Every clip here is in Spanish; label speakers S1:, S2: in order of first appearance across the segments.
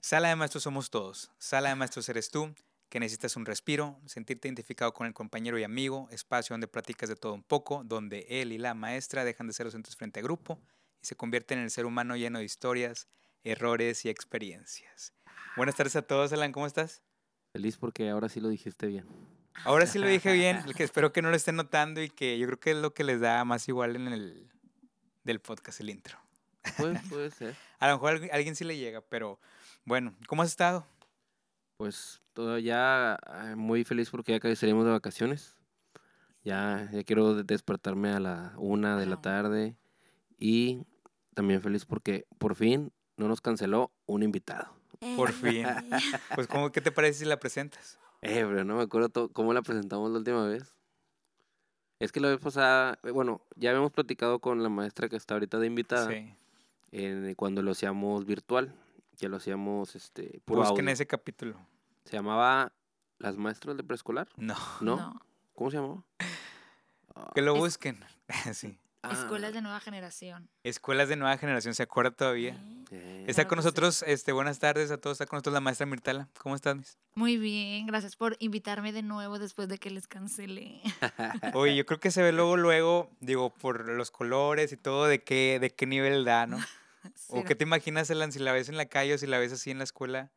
S1: Sala de maestros somos todos. Sala de maestros eres tú, que necesitas un respiro, sentirte identificado con el compañero y amigo, espacio donde platicas de todo un poco, donde él y la maestra dejan de ser docentes frente a grupo y se convierten en el ser humano lleno de historias, errores y experiencias. Buenas tardes a todos, Alan, ¿cómo estás?
S2: Feliz porque ahora sí lo dijiste bien.
S1: Ahora sí lo dije bien, que espero que no lo estén notando y que yo creo que es lo que les da más igual en el del podcast el intro.
S2: Pues, puede ser.
S1: A lo mejor algu- alguien sí le llega, pero bueno, ¿cómo has estado?
S2: Pues todo ya eh, muy feliz porque ya casi salimos de vacaciones. Ya, ya quiero de- despertarme a la una de la
S3: Wow.
S2: tarde. Y también feliz porque por fin no nos canceló un invitado.
S3: Eh,
S1: Por fin.
S3: Ey.
S1: Pues ¿cómo, ¿qué te parece si la presentas?
S2: Eh, pero no me acuerdo to- cómo la presentamos la última vez. Es que la vez pasada, eh, bueno, ya habíamos platicado con la maestra que está ahorita de invitada
S1: Sí.
S2: en- cuando lo hacíamos virtual, que lo hacíamos este puro
S1: Busquen
S2: audio.
S1: ese capítulo.
S2: Se llamaba Las maestras de preescolar,
S1: No.
S2: ¿no?
S3: No,
S2: ¿Cómo se llamaba?
S1: Que lo
S3: Es-
S1: busquen. sí.
S2: Ah,
S3: escuelas
S1: Ah.
S3: de nueva generación.
S1: Escuelas de nueva generación, ¿se acuerda todavía?
S3: Ey.
S2: Eh,
S1: Está
S3: Claro
S1: con
S3: que sí.
S1: nosotros, este, buenas tardes a todos, está con nosotros la maestra Mirtala. ¿Cómo estás, Miss?
S3: Muy bien, gracias por invitarme de nuevo después de que les cancelé.
S1: Oye, yo creo que se ve luego, luego, digo, por los colores y todo, de qué, de qué nivel da, ¿no?
S3: Cero.
S1: O qué te imaginas, Elan, si la ves en la calle o si la ves así en la escuela,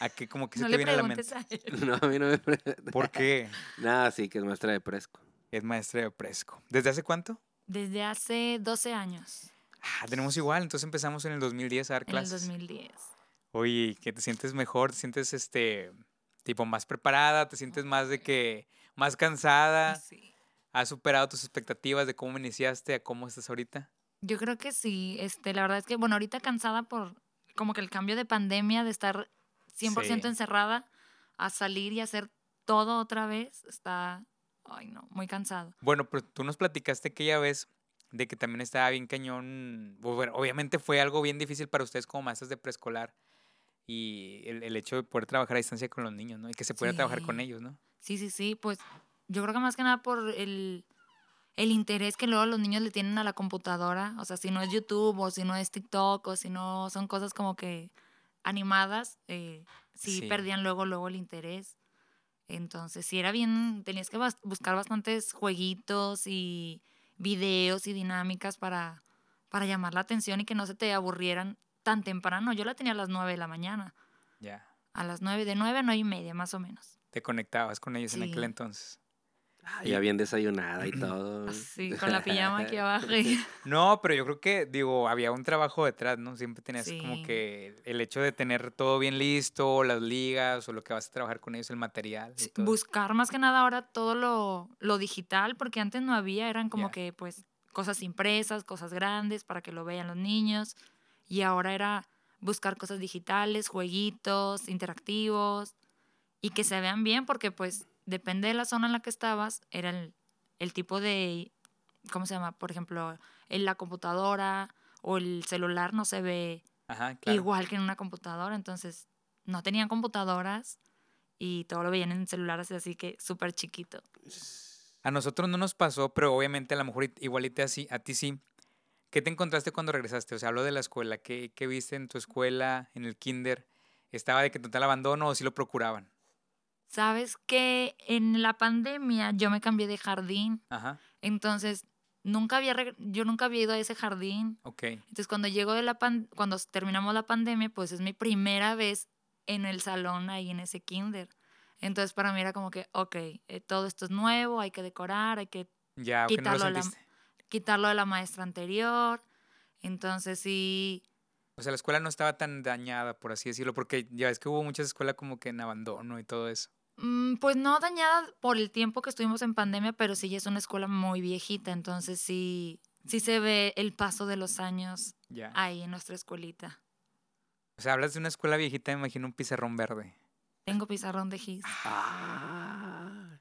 S1: a qué como que
S3: no
S1: se te
S3: le
S1: viene a la mente.
S3: preguntes a él.
S2: No, a mí no me parece-
S1: ¿Por qué?
S2: Nada, sí, que es maestra de presco.
S1: Es maestra de presco. ¿Desde hace cuánto?
S3: Desde hace 12 años,
S1: Ah, tenemos igual, entonces empezamos en el 2010 a dar
S3: en el
S1: clases.
S3: 2010.
S1: Oye, que te sientes mejor, te sientes este tipo más preparada, te sientes más de que más cansada,
S3: Sí.
S1: has superado tus expectativas de cómo iniciaste a cómo estás ahorita.
S3: Yo creo que sí, este, la verdad es que, bueno, ahorita cansada por como que el cambio de pandemia, de estar 100%
S1: Sí.
S3: encerrada, a salir y hacer todo otra vez, está, ay no, muy cansado.
S1: Bueno, pero tú nos platicaste aquella vez de que también estaba bien cañón. bu- Bueno, obviamente fue algo bien difícil para ustedes como maestras de preescolar y el, el hecho de poder trabajar a distancia con los niños, ¿no? Y que se pudiera trabajar con
S3: Sí.
S1: ellos, ¿no?
S3: Sí, sí, sí, pues yo creo que más que nada por el, el interés que luego los niños le tienen a la computadora, o sea, si no es YouTube o si no es TikTok o si no son cosas como que animadas, eh, sí,
S1: Sí.
S3: perdían luego, luego el interés. Entonces, sí era bien, tenías que bas- buscar bastantes jueguitos y videos y dinámicas para, para llamar la atención y que no se te aburrieran tan temprano. Yo la tenía a las 9 de la mañana,
S1: Ya.
S3: a las 9, de 9 a 9 y media más o menos.
S1: Te conectabas con ellos en aquel
S3: Sí.
S1: entonces.
S2: Ah, ya bien desayunada y todo.
S3: Así, Ah, con la pijama aquí abajo. y-
S1: No, pero yo creo que, digo, había un trabajo detrás, ¿no? Siempre tenías como
S3: Sí.
S1: que el hecho de tener todo bien listo, las ligas o lo que vas a trabajar con ellos, el material. y
S3: Sí,
S1: todo.
S3: buscar más que nada ahora todo lo, lo digital, porque antes no había, eran como
S1: Ya.
S3: que pues cosas impresas, cosas grandes para que lo vean los niños. Y ahora era buscar cosas digitales, jueguitos, interactivos y que se vean bien, porque pues depende de la zona en la que estabas, era el, el tipo de, ¿cómo se llama? Por ejemplo, en la computadora o el celular no se ve
S1: Ajá, claro.
S3: igual que en una computadora. Entonces, no tenían computadoras y todo lo veían en celulares, así que súper chiquito.
S1: A nosotros no nos pasó, pero obviamente a lo mejor igualita así, a ti sí. ¿Qué te encontraste cuando regresaste? O sea, hablo de la escuela. ¿Qué, qué viste en tu escuela, en el kinder? ¿Estaba de que total abandono o sí lo procuraban?
S3: Sabes que en la pandemia yo me cambié de jardín,
S1: Ajá,
S3: entonces nunca había reg- yo nunca había ido a ese jardín.
S1: ok.
S3: Entonces, cuando llegó de la pan- cuando terminamos la pandemia, pues es mi primera vez en el salón ahí en ese kinder. Entonces, para mí era como que, ok, eh, todo esto es nuevo, hay que decorar, hay que
S1: Ya, ¿o que no lo
S3: Quitarlo a la-
S1: sentiste?
S3: quitarlo de la maestra anterior. Entonces, sí,
S1: O sea, la escuela no estaba tan dañada, por así decirlo, porque ya ves que hubo muchas escuelas como que en abandono y todo eso.
S3: Mm, Pues no dañada por el tiempo que estuvimos en pandemia, pero sí ya es una escuela muy viejita, entonces sí, sí se ve el paso de los años
S1: Ya.
S3: ahí en nuestra escuelita.
S1: O sea, hablas de una escuela viejita, me imagino un pizarrón verde.
S3: Tengo pizarrón de gis.
S2: Ah,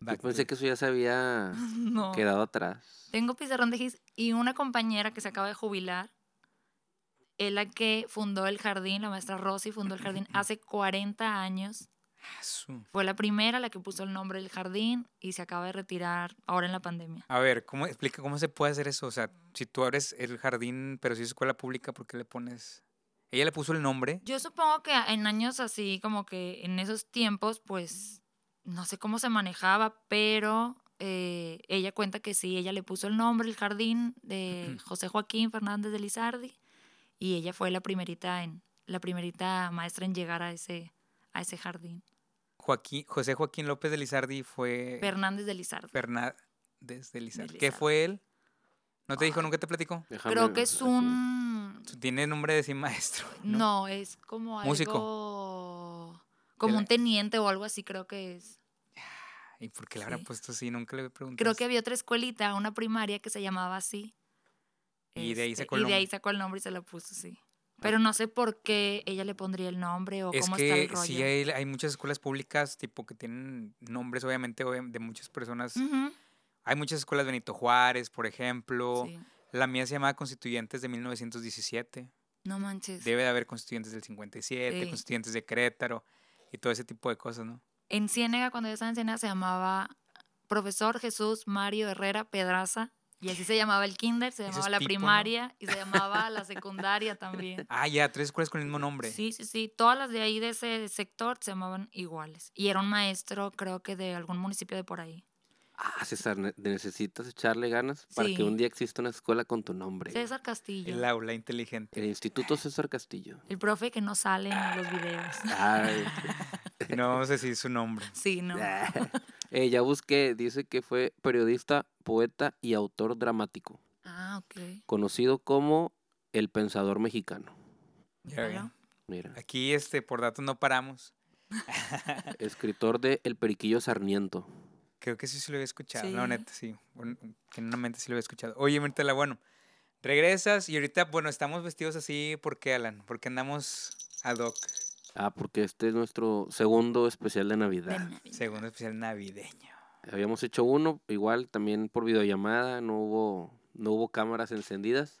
S2: yo
S1: Back to
S2: pensé
S1: it.
S2: que eso ya se había
S3: No.
S2: quedado atrás.
S3: Tengo pizarrón de gis y una compañera que se acaba de jubilar es la que fundó el jardín, la maestra Rosy fundó el jardín hace 40 años.
S1: Ah, su-
S3: Fue la primera la que puso el nombre del jardín y se acaba de retirar ahora en la pandemia.
S1: A ver, ¿cómo explica cómo se puede hacer eso? O sea, si tú abres el jardín, pero si es escuela pública, ¿por qué le pones Ella le puso el nombre.
S3: Yo supongo que en años así, como que en esos tiempos, pues no sé cómo se manejaba, pero eh, ella cuenta que sí, ella le puso el nombre, el jardín de José Joaquín Fernández de Lizardi, y ella fue la primerita, en, la primerita maestra en llegar a ese, a ese jardín.
S1: Joaquín, José Joaquín López de Lizardi fue.
S3: Fernández de Lizardi.
S1: Fernández de Lizardi.
S3: De
S1: ¿Qué
S3: Lizardi.
S1: fue él? ¿No te dijo? ¿Nunca te platicó?
S2: Déjame-
S3: Creo que es
S2: aquí.
S3: un...
S1: Tiene nombre de sí maestro.
S3: No, es como algo...
S1: Músico.
S3: Como
S1: Era-
S3: un teniente o algo así creo que es.
S1: ¿Y por qué le habrá
S3: Sí.
S1: puesto así? Nunca le pregunté.
S3: Creo que había otra escuelita, una primaria que se llamaba así. Este,
S1: Y de ahí sacó el
S3: y de ahí
S1: nombre. Ah.
S3: sacó el nombre y se lo puso, sí. Pero no sé por qué ella le pondría el nombre o
S1: Es
S3: cómo está el
S1: que
S3: rollo.
S1: sí hay, hay muchas escuelas públicas, tipo que tienen nombres, obviamente, obvia- de muchas personas.
S3: Ujú,
S1: Hay muchas escuelas Benito Juárez, por ejemplo.
S3: sí.
S1: La mía se llamaba Constituyentes de 1917.
S3: No manches.
S1: Debe de haber Constituyentes del 57,
S3: Sí.
S1: Constituyentes de Querétaro y todo ese tipo de cosas, ¿no?
S3: En Ciénega, cuando yo estaba en Ciénega, se llamaba Profesor Jesús Mario Herrera Pedraza. Y así se llamaba el kinder, se
S1: Ese es
S3: llamaba la
S1: tipo, ¿no?
S3: primaria y se llamaba la secundaria también.
S1: Ah, ya, tres escuelas con el mismo nombre.
S3: Sí, sí, sí. Todas las de ahí de ese sector se llamaban iguales. Y era un maestro, creo que de algún municipio de por ahí.
S2: Ah, César, ne- te necesitas echarle ganas para
S3: Sí.
S2: que un día exista una escuela con tu nombre.
S3: César Castillo.
S1: El aula inteligente.
S2: El Instituto César Castillo.
S3: El profe que no sale en los videos.
S2: Ay,
S1: No sé si es su nombre.
S3: Sí, no.
S1: Ah.
S2: Eh, ya busqué, dice que fue periodista, poeta y autor dramático,
S3: Ah, ok.
S2: conocido como el pensador mexicano.
S1: Ya
S3: Míralo.
S1: ven.
S2: Mira,
S1: Aquí, este, por datos no paramos.
S2: escritor de El Periquillo Sarniento.
S1: Creo que sí se lo había escuchado. No,
S3: Sí.
S1: neta, sí. Bueno, Genuinamente sí lo había escuchado. Oye, la bueno, regresas y ahorita, bueno, estamos vestidos así. ¿Por qué, Alan? Porque andamos ad hoc.
S2: Ah, porque este es nuestro segundo especial de
S3: De
S2: Navidad.
S3: Navidad.
S1: Segundo especial navideño.
S2: Habíamos hecho uno, igual también por videollamada, no hubo, no hubo cámaras encendidas.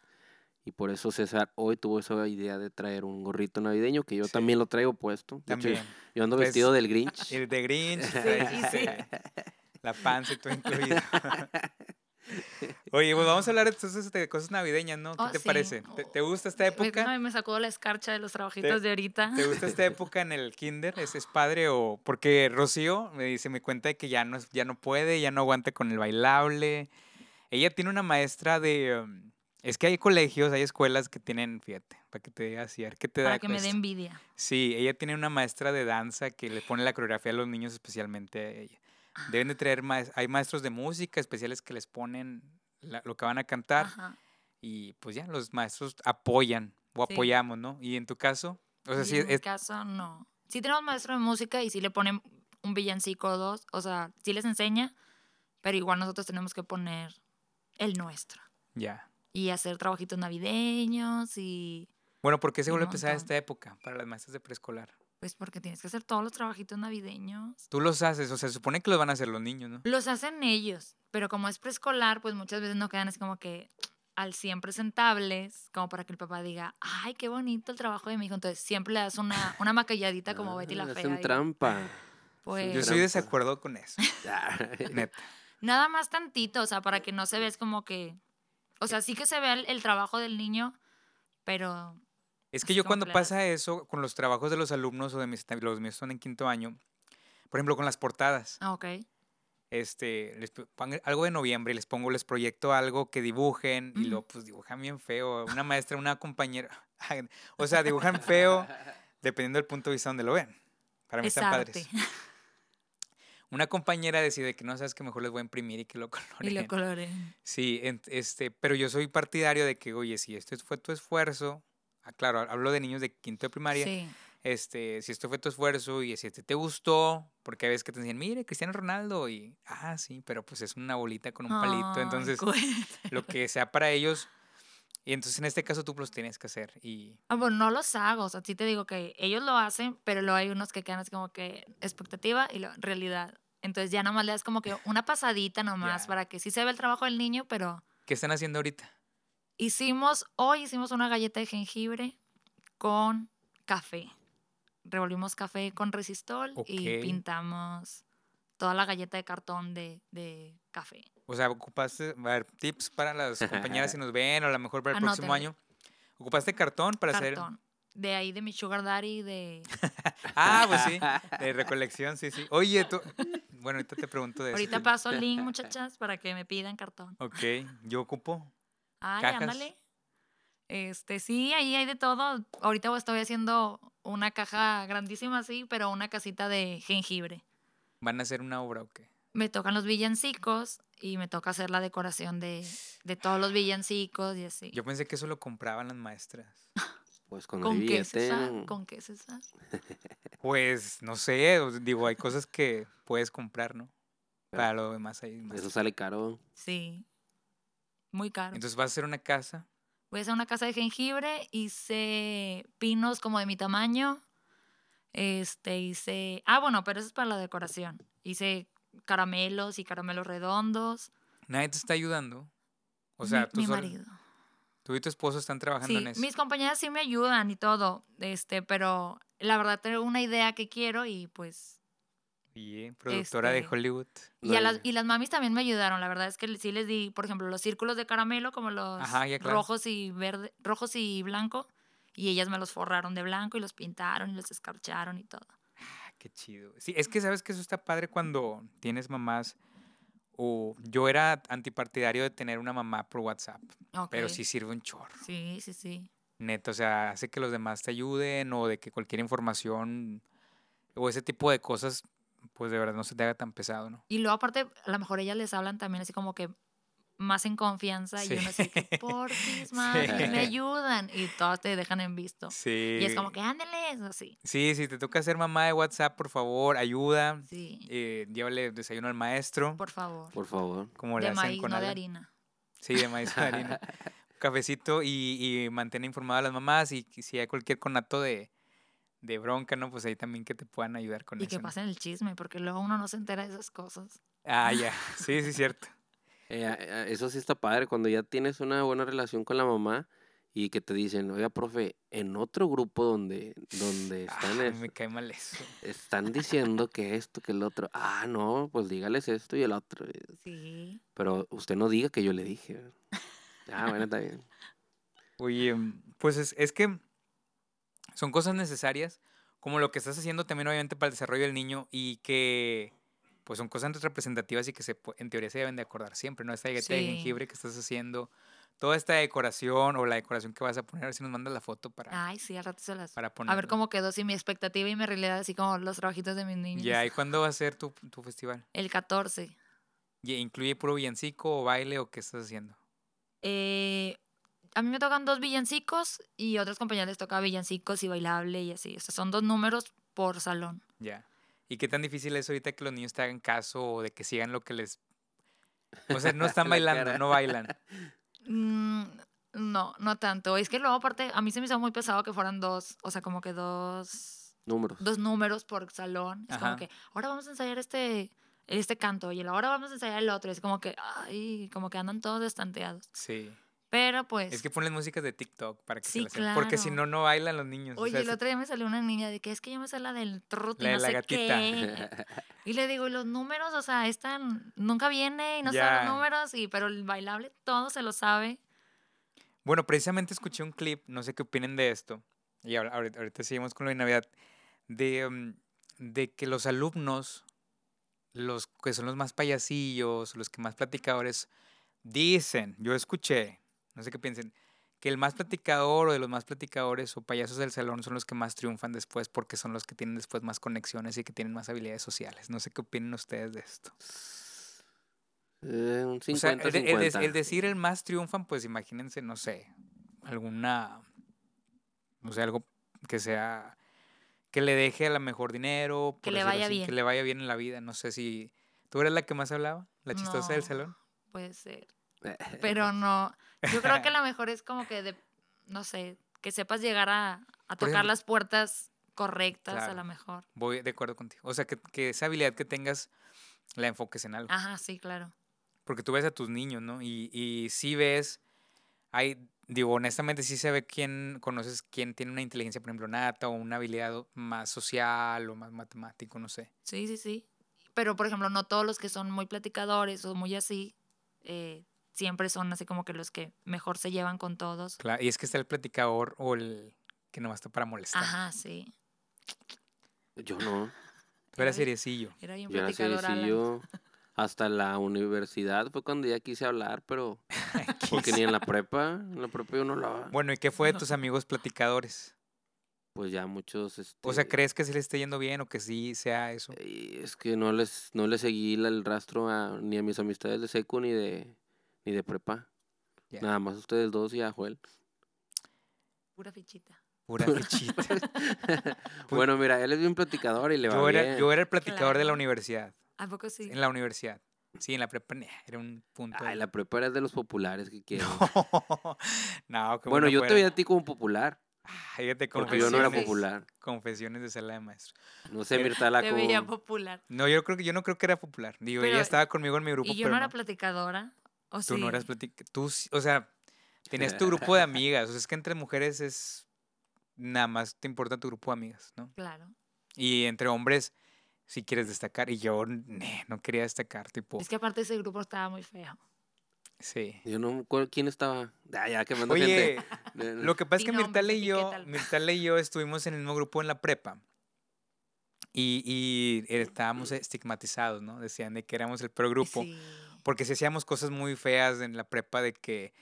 S2: Y por eso César hoy tuvo esa idea de traer un gorrito navideño, que yo
S1: Sí.
S2: también lo traigo puesto. De hecho,
S1: También.
S2: yo ando
S1: Pues-
S2: vestido del Grinch.
S1: El de Grinch.
S3: Sí, y sí.
S1: este, La panza y todo incluido. Oye, pues vamos a hablar entonces de cosas navideñas, ¿no? ¿Qué
S3: Oh,
S1: te
S3: sí.
S1: parece? ¿Te, te gusta esta
S3: Me-
S1: época?
S3: ay, me sacó la escarcha de los trabajitos
S1: Te-
S3: de ahorita.
S1: ¿Te gusta esta época en el kinder? ¿Es, es padre o...? Porque Rocío me dice, me cuenta de que ya no, es- ya no puede, ya no aguanta con el bailable. Ella tiene una maestra de... um, Es que hay colegios, hay escuelas que tienen, fíjate, para que te diga así, a ver qué te da
S3: Para que me
S1: esto.
S3: dé envidia.
S1: Sí, ella tiene una maestra de danza que le pone la coreografía a los niños, especialmente a ella. Deben
S3: Ah.
S1: de traer maes- hay maestros de música especiales que les ponen la- lo que van a cantar
S3: Ajá.
S1: y pues ya los maestros apoyan o
S3: Sí.
S1: apoyamos, ¿no? Y en tu caso, o sea,
S3: Y
S1: sí,
S3: en mi
S1: es-
S3: caso, no. Sí tenemos maestro de música y sí le ponen un villancico o dos. O sea, sí les enseña, pero igual nosotros tenemos que poner el nuestro.
S1: ya.
S3: Y hacer trabajitos navideños y...
S1: Bueno, ¿por qué se
S3: Un
S1: vuelve pesada
S3: montón.
S1: esta época para las maestras de preescolar?
S3: Pues porque tienes que hacer todos los trabajitos navideños.
S1: Tú los haces, o sea, se supone que los van a hacer los niños, ¿no?
S3: Los hacen ellos, pero como es preescolar, pues muchas veces no quedan así como que al 100 presentables, como para que el papá diga, ay, qué bonito el trabajo de mi hijo. Entonces siempre le das una, una maquilladita como Betty la
S2: Ah,
S3: Fea.
S2: Hacen
S3: y,
S2: trampa.
S3: pues,
S1: Yo soy
S2: Trampa.
S1: desacuerdo con eso, neta.
S3: Nada más tantito, o sea, para que no se vea es como que... O sea, sí que se vea el, el trabajo del niño, pero...
S1: Es que
S3: Así
S1: yo
S3: como
S1: cuando
S3: que le das.
S1: pasa eso con los trabajos de los alumnos o de mis, los míos son en quinto año, por ejemplo con las portadas,
S3: Ah, ok.
S1: este, les p- pongo algo de noviembre y les pongo, les proyecto algo que dibujen y
S3: Ujú.
S1: lo pues dibujan bien feo, una maestra, una compañera, o sea, dibujan feo dependiendo del punto de vista donde lo vean. Para mí
S3: Es
S1: están padres.
S3: arte.
S1: Una compañera decide que no sabes que mejor les voy a imprimir y que lo
S3: Y
S1: coloreen.
S3: lo coloré.
S1: Sí, en- este, pero yo soy partidario de que, oye, si esto fue tu esfuerzo, ah, claro, hablo de niños de quinto de primaria,
S3: Sí.
S1: este, si esto fue tu esfuerzo y si este te gustó, porque a veces que te dicen, mire, Cristiano Ronaldo, y, ah, sí, pero pues es una bolita con un palito,
S3: Ay,
S1: entonces
S3: cue-
S1: lo que sea para ellos, y entonces en este caso tú los tienes que hacer, y
S3: Ah, bueno, no los hago, o sea, sí te digo que ellos lo hacen, pero luego hay unos que quedan así como que expectativa y lo- realidad. Entonces ya nomás le das como que una pasadita nomás
S1: Ya.
S3: para que sí se vea el trabajo del niño, pero
S1: ¿qué están haciendo ahorita?
S3: hicimos, hoy hicimos una galleta de jengibre con café. Revolvimos café con resistol y
S1: Ok.
S3: pintamos toda la galleta de cartón de, de café.
S1: O sea, ocupaste, a ver, tips para las compañeras si nos ven, o a lo mejor para el próximo
S3: Anótenle.
S1: año, ocupaste cartón para hacer,
S3: Cartón. de ahí de mi sugar daddy, de...
S1: Ah, pues sí, de recolección, sí, sí. Oye, tú... Bueno, ahorita te pregunto de eso.
S3: Ahorita paso el link, muchachas, para que me pidan cartón.
S1: Ok, yo ocupo.
S3: Ay,
S1: Cajas.
S3: ándale. Este, sí, ahí hay de todo. Ahorita estoy haciendo una caja grandísima así, pero una casita de jengibre.
S1: ¿Van a hacer una obra o qué?
S3: Me tocan los villancicos y me toca hacer la decoración de, de todos los villancicos y así.
S1: Yo pensé que eso lo compraban las maestras.
S2: Pues con,
S3: ¿Con
S2: el
S3: qué, se
S2: billete.
S3: usa?
S2: ¿no?
S3: ¿Con qué se usa?
S1: Pues, no sé, o- digo, hay cosas que puedes comprar, ¿no? Para lo demás hay más.
S2: Eso sale caro.
S3: Sí. Muy caro.
S1: Entonces vas a hacer una casa.
S3: Voy a hacer una casa de jengibre, hice pinos como de mi tamaño. Este, hice. Ah, bueno, pero eso es para la decoración. Hice caramelos y caramelos redondos.
S1: Nadie te está ayudando. O sea,
S3: mi,
S1: tú,
S3: mi
S1: solo-
S3: marido.
S1: tú y tu esposo están trabajando
S3: Sí,
S1: en eso.
S3: mis compañeras sí me ayudan y todo. Este, pero la verdad tengo una idea que quiero y pues.
S1: Bien, productora de
S3: este,
S1: Hollywood.
S3: Y,
S2: No,
S3: a las,
S2: ya.
S3: y las mamis también me ayudaron. La verdad es que sí les di, por ejemplo, los círculos de caramelo, como los
S1: Ajá, ya, claro.
S3: rojos y verde, rojos y blanco. Y ellas me los forraron de blanco y los pintaron y los escarcharon y todo.
S1: Ah, qué chido. Sí, es que sabes que eso está padre cuando tienes mamás. O yo era antipartidario de tener una mamá por WhatsApp,
S3: Ok.
S1: pero sí sirve un chorro.
S3: Sí, sí, sí.
S1: Neta, o sea, hace que los demás te ayuden o de que cualquier información o ese tipo de cosas, pues de verdad no se te haga tan pesado, ¿no?
S3: Y luego aparte, a lo mejor ellas les hablan también así como que más en confianza y
S1: Sí.
S3: uno así que, porfis, mami, me ayudan. Y todas te dejan en visto.
S1: Sí.
S3: Y es como que, ándeles, así.
S1: Sí, si te toca ser mamá de WhatsApp, por favor, ayuda.
S3: Sí,
S1: eh, llévale desayuno al maestro,
S3: por favor.
S2: Por favor.
S1: como le
S3: de
S1: hacen
S3: maíz,
S1: con
S3: no de
S1: Alan.
S3: harina.
S1: Sí, de maíz con harina. Un cafecito y, y mantén informada a las mamás y que si hay cualquier conato de, de bronca, ¿no? Pues ahí también que te puedan ayudar con
S3: Y
S1: eso.
S3: que
S1: ¿no?
S3: pasen el chisme, porque luego uno no se entera de esas cosas.
S1: Ah, ya. Sí, sí, cierto.
S2: Eh, a- a- eso sí está padre, cuando ya tienes una buena relación con la mamá y que te dicen, oiga, profe, en otro grupo donde, donde están,
S1: Ah,
S2: es-
S1: me cae mal eso.
S2: están diciendo que esto, que el otro, ah, no, pues dígales esto y el otro. eh,
S3: Sí. Pero
S2: Pero usted no diga que yo le dije. ¿verdad? Ah, bueno, está bien.
S1: Oye, mm, pues es, es que son cosas necesarias, como lo que estás haciendo también obviamente para el desarrollo del niño y que pues son cosas representativas y que se, pu- en teoría se deben de acordar siempre, ¿no? Esta galleta de
S3: Sí.
S1: jengibre que estás haciendo, toda esta decoración o la decoración que vas a poner, a ver si nos mandas la foto para,
S3: Ay, sí, al rato se las...
S1: para poner.
S3: Ah, A ver cómo quedó, si mi expectativa y mi realidad, así como los trabajitos de mis niños.
S1: Ya, ¿y cuándo va a ser tu, tu festival?
S3: El 14.
S1: ¿Y ¿Incluye puro villancico o baile o qué estás haciendo?
S3: Eh, a mí me tocan dos villancicos y otras compañeras les toca villancicos y bailable y así. O sea, son dos números por salón.
S1: Ya. ¿Y qué tan difícil es ahorita que los niños te hagan caso o de que sigan lo que les... O sea, no están
S2: La
S1: bailando,
S2: cara.
S1: no bailan.
S3: Mm, no, no tanto. Es que luego, aparte, a mí se me hizo muy pesado que fueran dos, o sea, como que dos,
S2: Números.
S3: dos números por salón. Es
S1: Ajá.
S3: como que ahora vamos a ensayar este, este canto y el ahora vamos a ensayar el otro. Es como que, ay, como que andan todos destanteados.
S1: Sí.
S3: Pero pues.
S1: Es que ponen músicas de TikTok para que se
S3: Sí,
S1: las sepan, Porque si no,
S3: claro.
S1: no bailan los niños. pues, o
S3: Oye,
S1: sea,
S3: el
S1: sí-
S3: otro día me salió una niña de que es que yo me sé la del trut y
S1: La de
S3: no
S1: la
S3: sé
S1: gatita.
S3: qué. Y le digo, y los números, o sea, están, nunca viene y no sabe
S1: Ya.
S3: los números, y, pero el bailable todo se lo sabe.
S1: Bueno, precisamente escuché un clip, no sé qué opinen de esto. Y ahora- ahorita, ahorita seguimos con lo de Navidad. De, mm, de que los alumnos, los que son los más payasillos, los que más platicadores, dicen, yo escuché, no sé qué piensen, que el más platicador o de los más platicadores o payasos del salón son los que más triunfan después porque son los que tienen después más conexiones y que tienen más habilidades sociales. No sé qué opinen ustedes de esto.
S2: Eh, un
S1: O sea, el, de- el de-
S2: 50-50.
S1: el decir el más triunfan, pues imagínense, no sé, alguna, no sé, algo que sea, que le deje a la mejor dinero,
S3: Que
S1: por
S3: le
S1: decirlo
S3: vaya
S1: así, que
S3: bien.
S1: le vaya bien en la vida, no sé si... ¿Tú eres la que más hablaba? ¿La chistosa del
S3: No,
S1: salón?
S3: Puede ser. pues, eh,
S1: Eh, pues.
S3: Pero no. Yo creo que la mejor es como que, de, no sé, que sepas llegar a, a
S1: Por
S3: tocar
S1: ejemplo-
S3: las puertas correctas a
S1: Claro.
S3: lo mejor.
S1: Voy de acuerdo contigo. O sea, que, que esa habilidad que tengas la enfoques en algo.
S3: Ajá, sí, claro.
S1: Porque tú ves a tus niños, ¿no? Y, y sí ves, hay, digo, honestamente sí se ve quién, conoces quién tiene una inteligencia, por ejemplo, nata o una habilidad o- más social o más matemático, no sé.
S3: Sí, sí, sí. Pero, por ejemplo, no todos los que son muy platicadores o muy así, eh, siempre son así como que los que mejor se llevan con todos.
S1: Claro, y es que está el platicador o el que nomás está para molestar.
S3: Ajá, sí.
S2: Yo no.
S1: Tú eras
S3: Ay.
S1: seriecillo.
S3: Era bien
S2: Yo era
S3: platicador, Alan.
S2: seriecillo. Hasta la universidad fue cuando ya quise hablar, pero. Porque ni en la prepa. En la prepa yo no hablaba.
S1: Bueno, ¿y qué fue de tus amigos platicadores?
S2: Pues ya muchos.
S1: O sea,
S2: este,
S1: ¿crees que se le esté yendo bien o que sí sea eso?
S2: Y es que no les, no les seguí la- el rastro a- ni a mis amistades de seco ni de, ni de prepa.
S1: Ya. Pues
S2: Nada más ustedes dos y a Joel.
S3: Pura fichita.
S1: Pura fichita.
S2: bueno, mira, él es bien platicador y le va
S1: Yo era,
S2: bien.
S1: yo era el platicador de la
S3: Claro.
S1: universidad.
S3: ¿A poco sí?
S1: En la universidad. Sí, en la prepa nah, era un punto.
S2: Ay,
S1: ahí.
S2: la prepa era de los populares que quieren.
S1: no, qué
S2: bueno, yo te
S1: fuera.
S2: veía a ti como popular,
S1: Ay, fíjate,
S2: porque yo no era
S1: confesiones-
S2: popular.
S1: Confesiones de sala de maestro.
S2: No sé,
S1: Era-
S2: Mirtala,
S3: Te veía
S2: como...
S3: popular.
S1: No, yo creo que yo no creo que era popular. Digo,
S3: Pero-
S1: ella estaba conmigo en mi grupo,
S3: Y yo
S1: pero
S3: no era
S1: no.
S3: platicadora. O
S1: tú no
S3: sí?
S1: eras platic... tú, sí- o sea, tenías tu grupo de amigas, o sea, es que entre mujeres es nada más te importa tu grupo de amigas, ¿no?
S3: Claro.
S1: Y entre hombres si quieres destacar y yo ne, no quería destacar, tipo,
S3: Es que aparte ese grupo estaba muy feo.
S1: sí.
S2: Yo no me acuerdo quién estaba. Ah, ya, quemando
S1: Oye,
S2: gente. De-
S1: Lo que pasa es que
S3: Sin nombres,
S1: Mirtale y yo,
S3: etiquétalo.
S1: Mirtale y yo estuvimos en el mismo grupo en la prepa. Y, y estábamos estigmatizados, ¿no? Decían de que éramos el peor grupo.
S3: Sí.
S1: Porque si hacíamos cosas muy feas en la prepa de que,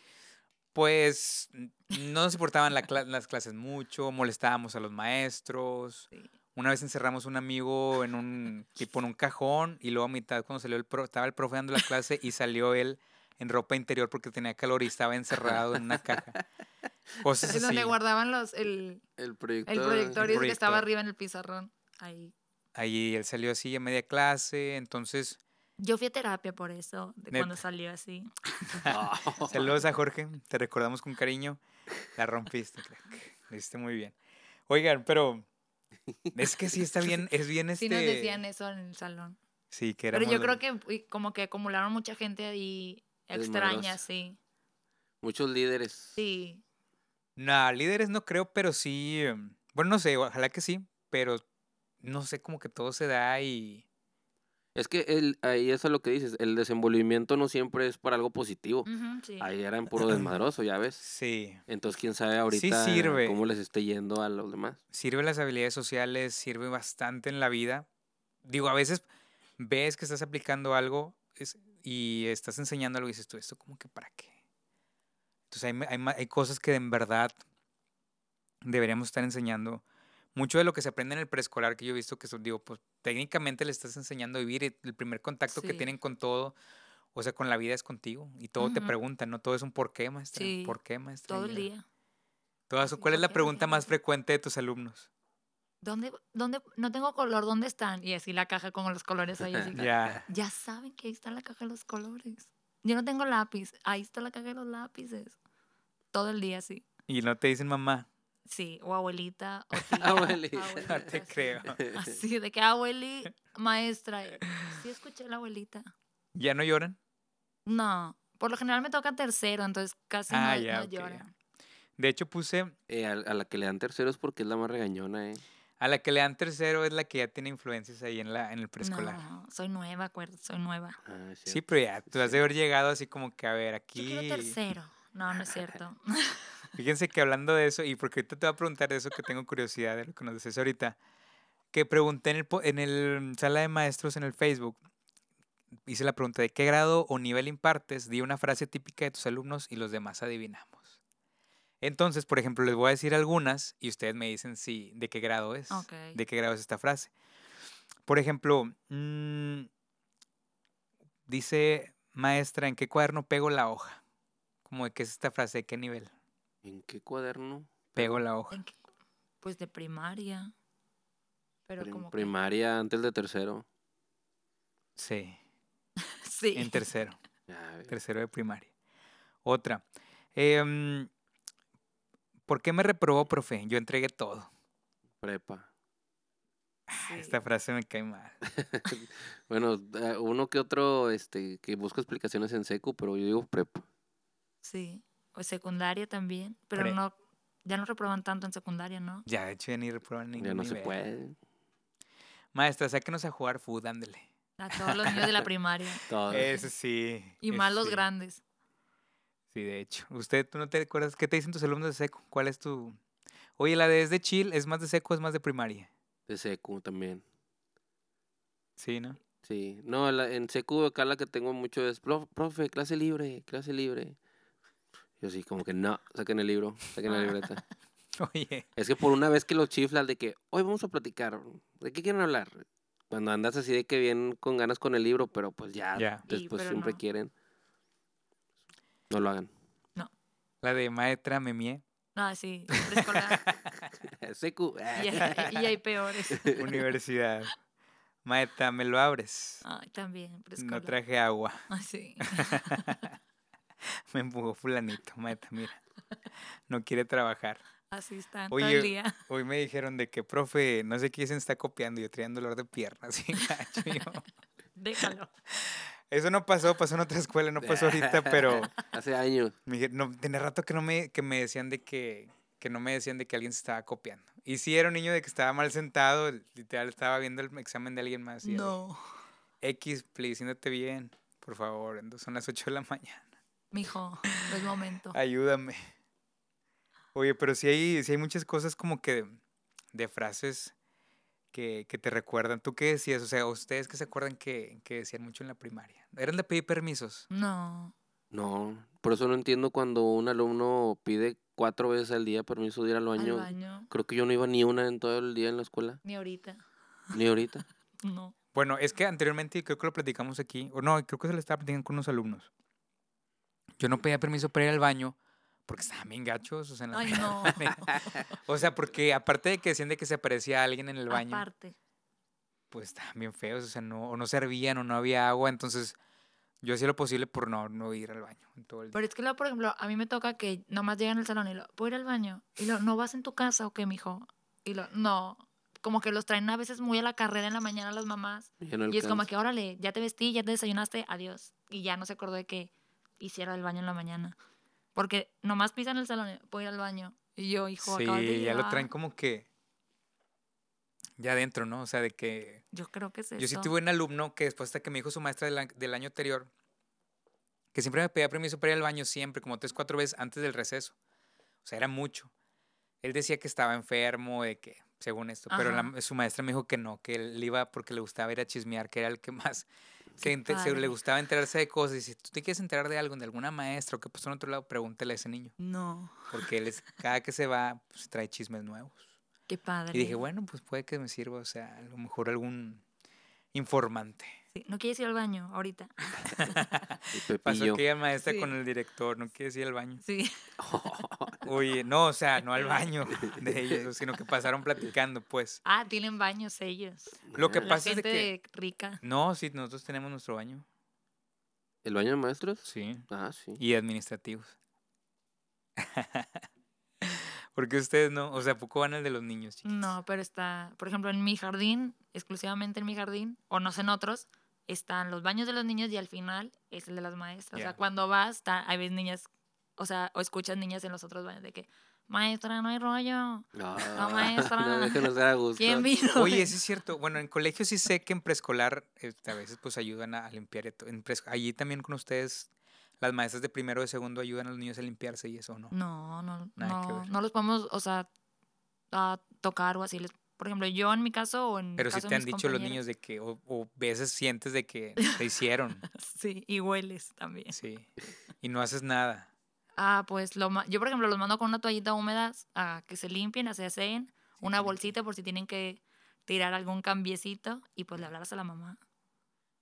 S1: pues, n- no nos importaban la cla- las clases mucho, molestábamos a los maestros.
S3: Sí.
S1: Una vez encerramos un amigo en un, tipo, en un cajón y luego a mitad cuando salió el pro, estaba el profe dando la clase y salió él en ropa interior porque tenía calor y estaba encerrado en una caja. Cosas
S3: Es donde
S1: así.
S3: guardaban los, el,
S2: El proyector.
S3: el proyector ese que
S1: proyector.
S3: estaba arriba en el pizarrón. Ahí.
S1: Ahí él salió así a media clase, entonces,
S3: Yo fui a terapia por eso, de cuando
S1: Neta.
S3: salió así.
S2: Ah,
S3: Oh,
S1: saludos a Jorge, te recordamos con cariño, la rompiste, crack, lo hiciste muy bien. Oigan, pero es que sí está bien, es bien este...
S3: Sí nos decían eso en el salón.
S1: Sí, que
S3: Pero yo
S1: éramos
S3: creo
S1: los-
S3: que uy, como que acumularon mucha gente ahí extraña,
S2: Desmadrosa.
S3: sí.
S2: Muchos líderes.
S3: Sí.
S1: Nah, líderes no creo, pero sí... em, Bueno, no sé, ojalá que sí, pero no sé, como que todo se da y...
S2: Es que el, ahí eso es lo que dices, el desenvolvimiento no siempre es para algo positivo.
S3: Ujú, Mm, sí.
S2: Ahí eran puro desmadroso, ya ves.
S1: Sí,
S2: Entonces, quién sabe ahorita
S1: sirve.
S2: cómo les esté yendo a los demás.
S1: sirve las habilidades sociales, sirve bastante en la vida. Digo, a veces ves que estás aplicando algo es- y estás enseñando algo y dices tú, ¿esto como que para qué? Entonces hay, ma- hay ma- hay cosas que en verdad deberíamos estar enseñando. Mucho de lo que se aprende en el preescolar que yo he visto que son, digo, pues técnicamente le estás enseñando a vivir y el primer contacto que
S3: Sí.
S1: tienen con todo, o sea, con la vida es contigo y todo te
S3: Ujú.
S1: preguntan, ¿no? Todo es un por qué, maestra.
S3: Sí,
S1: ¿Por qué, maestra?
S3: Todo el
S1: Ya.
S3: día. eh,
S1: Todas-
S3: Sí,
S1: ¿Cuál es
S3: ¿por
S1: la
S3: qué? ¿Por
S1: pregunta
S3: qué?
S1: más
S3: ¿Por qué?
S1: frecuente de tus alumnos?
S3: ¿Dónde, dónde, no tengo color, ¿dónde están? Y así la caja con los colores ahí. Así,
S1: Ya.
S3: Ya saben que ahí está la caja de los colores. Yo no tengo lápiz, ahí está la caja de los lápices. Todo el día sí.
S1: Y no te dicen mamá.
S3: Sí, o abuelita, o tía,
S2: Abuelita.
S1: No te
S3: sí.
S1: creo.
S3: Así de que abueli, maestra. eh, Sí escuché a la abuelita.
S1: ¿Ya no lloran?
S3: No, por lo general me toca tercero, entonces casi
S1: Ah,
S3: no,
S1: ya,
S3: no
S1: ok, ya.
S3: lloran.
S1: De hecho, puse
S2: Eh, a, a la que le dan terceros porque es la más regañona, ¿eh?
S1: a la que le dan tercero es la que ya tiene influencias ahí en, la, en el preescolar.
S3: No, soy nueva, acuerdo, soy nueva.
S2: Ah, es
S1: Sí,
S2: cierto.
S1: pero ya, tú has de
S2: cierto.
S1: haber llegado así como que, a ver,
S3: Yo quiero
S1: aquí.
S3: tercero. No, no es cierto.
S1: Fíjense que hablando de eso, y porque ahorita te voy a preguntar de eso que tengo curiosidad de lo que nos decías ahorita, que pregunté en el, po- en el sala de maestros en el Facebook, hice la pregunta de qué grado o nivel impartes, di una frase típica de tus alumnos y los demás adivinamos. Entonces, por ejemplo, les voy a decir algunas y ustedes me dicen si de qué grado es,
S3: Ok.
S1: de qué grado es esta frase. Por ejemplo, mm, dice maestra, ¿en qué cuaderno pego la hoja? Como de qué es esta frase, de qué nivel.
S2: ¿En qué cuaderno?
S1: Pego la hoja.
S3: ¿En qué- Pues de primaria. Pero
S2: Prim-
S3: como que-
S2: primaria, antes de tercero.
S1: Sí,
S3: Sí.
S1: en tercero,
S2: Ya ves.
S1: tercero de primaria. Otra. em, ¿Por qué me reprobó, profe? Yo entregué todo.
S2: prepa.
S3: sí.
S1: Esta frase me cae mal.
S2: Bueno, eh, uno que otro este, que busca explicaciones en seco, pero yo digo prepa.
S3: Sí. O secundaria también, pero
S1: Pre-
S3: no ya no reproban tanto en secundaria, ¿no?
S1: Ya, de hecho, ya ni reprueban ni
S2: Ya no
S1: ni
S2: se
S1: ver.
S2: puede.
S1: Maestra, sáquenos a jugar fútbol, ándele.
S3: A todos los niños de la primaria
S2: Todo.
S1: Eso sí.
S3: y
S1: eso
S3: más los
S1: Eh, sí.
S3: grandes.
S1: Sí, de hecho. Usted, ¿tú no te acuerdas? ¿Qué te dicen tus alumnos de seco? ¿Cuál es tu...? Oye, la de es de chill, es más de seco, es más de primaria.
S2: De secu también.
S1: Sí, ¿no?
S2: Sí. No, la- en secu acá la que tengo mucho es, "Prof- profe, clase libre, clase libre. Yo sí, como que no, saquen el libro, saquen
S1: Ah.
S2: la libreta.
S1: Oye,
S2: Es que por una vez que los chiflas de que hoy vamos a platicar, ¿de qué quieren hablar? Cuando andas así de que bien con ganas con el libro, pero pues ya,
S1: Ya.
S3: Sí,
S2: después
S3: pero
S2: siempre
S3: no.
S2: quieren. No lo hagan.
S1: la de maestra Memie,
S3: No, sí, preescolar.
S2: Secu.
S3: y, hay, y hay peores.
S1: universidad. Maestra, ¿me lo abres?
S3: Ay, también, preescolar.
S1: No traje agua.
S3: Ay, sí.
S1: Me empujó fulanito, maestra, mira. No quiere trabajar.
S3: Así están todo
S1: Oye,
S3: el día.
S1: Hoy me dijeron de que, profe, no sé quién se está copiando, yo traía un dolor de piernas. y gacho, y yo,
S3: Déjalo.
S1: Eso no pasó, pasó en otra escuela, no pasó pues ahorita, pero
S2: Hace años.
S1: me dije- no, tenía rato que no me, que me decían de que, que no me decían de que alguien se estaba copiando. Y sí era un niño de que estaba mal sentado, literal estaba viendo el examen de alguien más. y era de,
S3: No.
S1: X, please, siéntate bien, por favor. Entonces, son las 8 de la mañana.
S3: Mijo, no es momento.
S1: Ayúdame. Oye, pero sí hay, sí hay muchas cosas como que de, de frases que, que te recuerdan. ¿Tú qué decías? O sea, ¿ustedes que se acuerdan que, que decían mucho en la primaria? ¿Eran de pedir permisos?
S3: No.
S2: No, por eso no entiendo cuando un alumno pide cuatro veces al día permiso de ir al baño.
S3: Al baño.
S2: Creo que yo no iba ni una en todo el día en la escuela,
S3: Ni ahorita.
S2: ni ahorita.
S3: No.
S1: Bueno, es que anteriormente creo que lo platicamos aquí, o no, creo que se lo estaba platicando con unos alumnos. Yo no pedía permiso para ir al baño porque estaban bien gachos. O sea, en la
S3: Ay, no.
S1: o sea, porque aparte de que decían de que se aparecía alguien en el baño.
S3: Aparte.
S1: pues estaban bien feos, o sea, no, o no servían o no había agua, entonces yo hacía lo posible por no, no ir al baño en todo el día.
S3: Pero es que luego, por ejemplo, a mí me toca que nomás llegan al salón y lo, ¿puedo ir al baño? Y lo, ¿no vas en tu casa o qué, mijo? Y lo, no. Como que los traen a veces muy a la carrera en la mañana las mamás.
S2: Ya no
S3: Y es como
S2: alcanzo.
S3: que, órale, ya te vestí, ya te desayunaste, adiós. Y ya no se acordó de que hiciera el baño en la mañana. Porque nomás pisan el salón, y, puedo ir al baño. Y yo, hijo, acabas de
S1: sí, ya lo
S3: llegar".
S1: traen como que ya adentro, ¿no? O sea, de que
S3: Yo creo que es eso.
S1: yo sí tuve un alumno que después hasta que me dijo su maestra del, an- del año anterior, que siempre me pedía permiso para ir al baño, siempre, como tres, cuatro veces antes del receso. O sea, era mucho. Él decía que estaba enfermo, de que, según esto, pero la- su maestra me dijo que no, que él iba porque le gustaba ir a chismear, que era el que más se,
S3: Qué
S1: ente- se le
S3: padre.
S1: gustaba enterarse de cosas. Y si tú te quieres enterar de algo, de alguna maestra o qué pasó en otro lado, pregúntale a ese niño,
S3: No.
S1: porque él es, cada que se va, pues, trae chismes nuevos.
S3: Qué padre.
S1: Y dije, bueno, pues puede que me sirva, o sea, a lo mejor algún informante.
S3: Sí, ¿No quieres ir al baño ahorita?
S2: El
S1: Pasó
S2: pepillo.
S1: que ella maestra con
S3: Sí.
S1: el director, no quiere ir al baño.
S3: Sí.
S2: "Oh,
S1: Oye, no, o sea, no al baño de ellos, sino que pasaron platicando, pues.
S3: Ah, tienen baños ellos.
S1: Lo que
S2: Ah.
S3: La
S1: pasa es de
S3: gente
S1: que...
S3: rica.
S1: No, sí, nosotros tenemos nuestro baño.
S2: ¿El baño de maestros?
S1: Sí.
S2: Ah, sí.
S1: Y administrativos. Porque ustedes no, o sea, ¿a poco van al de los niños, chicas?
S3: No, pero está, por ejemplo, en mi jardín, exclusivamente en mi jardín, o no sé en otros, están los baños de los niños y al final es el de las maestras. O
S1: Ya.
S3: sea, cuando vas, está, hay veces niñas, o sea, o escuchas niñas en los otros baños de que, maestra, no hay rollo.
S2: Ah,
S3: maestra.
S2: No, déjenos dar a gusto.
S3: ¿Quién vino?
S1: Pues Oye, eso es cierto. Bueno, en colegio sí sé que en preescolar eh, a veces pues ayudan a, a limpiar. y to- En pres- allí también con ustedes, las maestras de primero o de segundo ayudan a los niños a limpiarse y eso, ¿no?
S3: No, no,
S1: Nada que
S3: no,
S1: ver.
S3: no los podemos, o sea, a tocar o así. les- Por ejemplo, yo en mi caso o en
S1: Pero sí
S3: caso de
S1: te han
S3: mis
S1: dicho los
S3: compañeras,
S1: niños de que, o, o veces sientes de que te hicieron,
S3: Sí, y hueles también.
S1: sí, y no haces nada.
S3: Ah, pues lo ma- yo, por ejemplo, los mando con una toallita húmeda a que se limpien, a se aseen,
S1: Sí,
S3: una
S1: tienen que-
S3: bolsita por si tienen que tirar algún cambiecito y pues le hablarás a la mamá.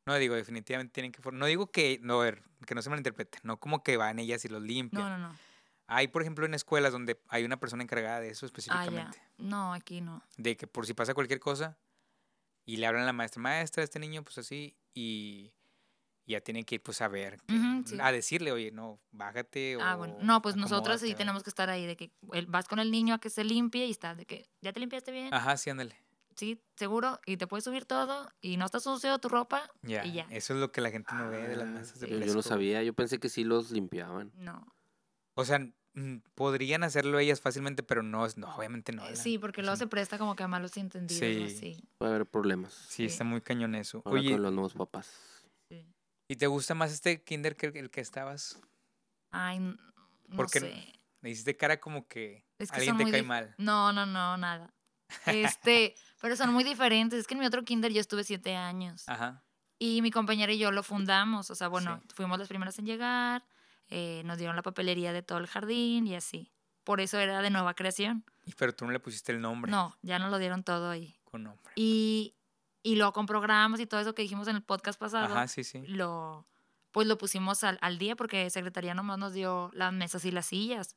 S1: No digo, definitivamente tienen que... for- No digo que, no, a ver, que no se malinterprete, no como que van ellas y los limpian.
S3: No, no, no.
S1: Hay, por ejemplo, en escuelas donde hay una persona encargada de eso
S3: Ah, ya.
S1: específicamente.
S3: No, aquí no.
S1: De que por si pasa cualquier cosa y le hablan a la maestra, maestra, este niño, pues así, y y ya tienen que ir, pues a ver, que-
S3: Ujú, sí.
S1: a decirle, oye, no, bájate
S3: Ah, bueno.
S1: o
S3: No, pues nosotros
S1: Oh,
S3: sí
S1: acomódate", o-
S3: tenemos que estar ahí de que el- vas con el niño a que se limpie y estás de que ya te limpiaste bien,
S1: Ajá, sí, ándale.
S3: sí, seguro, y te puedes subir todo y no está sucio tu ropa
S1: Ya,
S3: y ya.
S1: Eso es lo que la gente no ve de las
S2: Ah,
S1: maestras de
S2: yo- Yo
S1: fresco.
S2: no sabía, yo pensé que sí los limpiaban.
S3: No.
S1: O sea, mm, podrían hacerlo ellas fácilmente, pero no, es- no obviamente no.
S3: Eh,
S1: ¿verdad?
S3: Sí, porque
S1: O
S3: luego
S1: sea,
S3: se presta como que a malos entendidos
S1: Sí.
S3: o así.
S2: Puede haber problemas.
S1: Sí, está muy cañón eso.
S2: Ahora
S1: Oye,
S2: con los nuevos papás.
S3: sí.
S1: ¿y te gusta más este kinder que el que estabas?
S3: Ay, n- no
S1: Porque
S3: sé.
S1: Me hiciste cara como que,
S3: Es que
S1: alguien
S3: son
S1: te
S3: muy
S1: cae
S3: dif-
S1: mal.
S3: No, no, no, nada. Este, pero son muy diferentes. Es que en mi otro kinder yo estuve siete años.
S1: Ajá.
S3: Y mi compañera y yo lo fundamos. O sea, bueno,
S1: Ah. Sí.
S3: fuimos las primeras en llegar. eh, nos dieron la papelería de todo el jardín y así. Por eso era de nueva creación.
S1: Y- Pero tú no le pusiste el nombre.
S3: No, ya nos lo dieron todo ahí.
S1: Con nombre.
S3: Y, y luego con programas y todo eso que dijimos en el podcast pasado,
S1: Ajá, sí, sí.
S3: lo, pues lo pusimos al, al día porque Secretaría nomás nos dio las mesas y las sillas.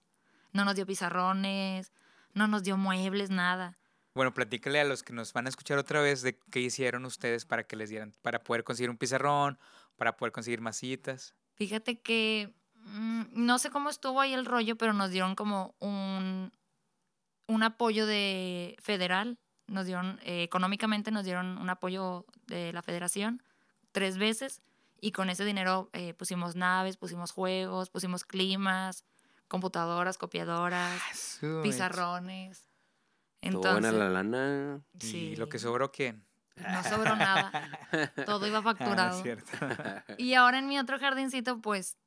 S3: No nos dio pizarrones, no nos dio muebles, nada.
S1: Bueno, platícale a los que nos van a escuchar otra vez de qué hicieron ustedes para que les dieran, para poder conseguir un pizarrón, para poder conseguir masitas.
S3: Fíjate que mm, no sé cómo estuvo ahí el rollo, pero nos dieron como un, un apoyo de federal. Nos dieron, eh, económicamente nos dieron un apoyo de la federación tres veces y con ese dinero eh, pusimos naves, pusimos juegos, pusimos climas, computadoras, copiadoras,
S1: Ah, su mecha.
S3: pizarrones.
S2: Todo buena
S3: Entonces,
S2: la lana.
S1: Y lo que sobró, Ah, ¿quién?
S3: no sobró nada, todo iba
S1: Ah,
S3: facturado.
S1: es cierto.
S3: Y ahora en mi otro jardincito, pues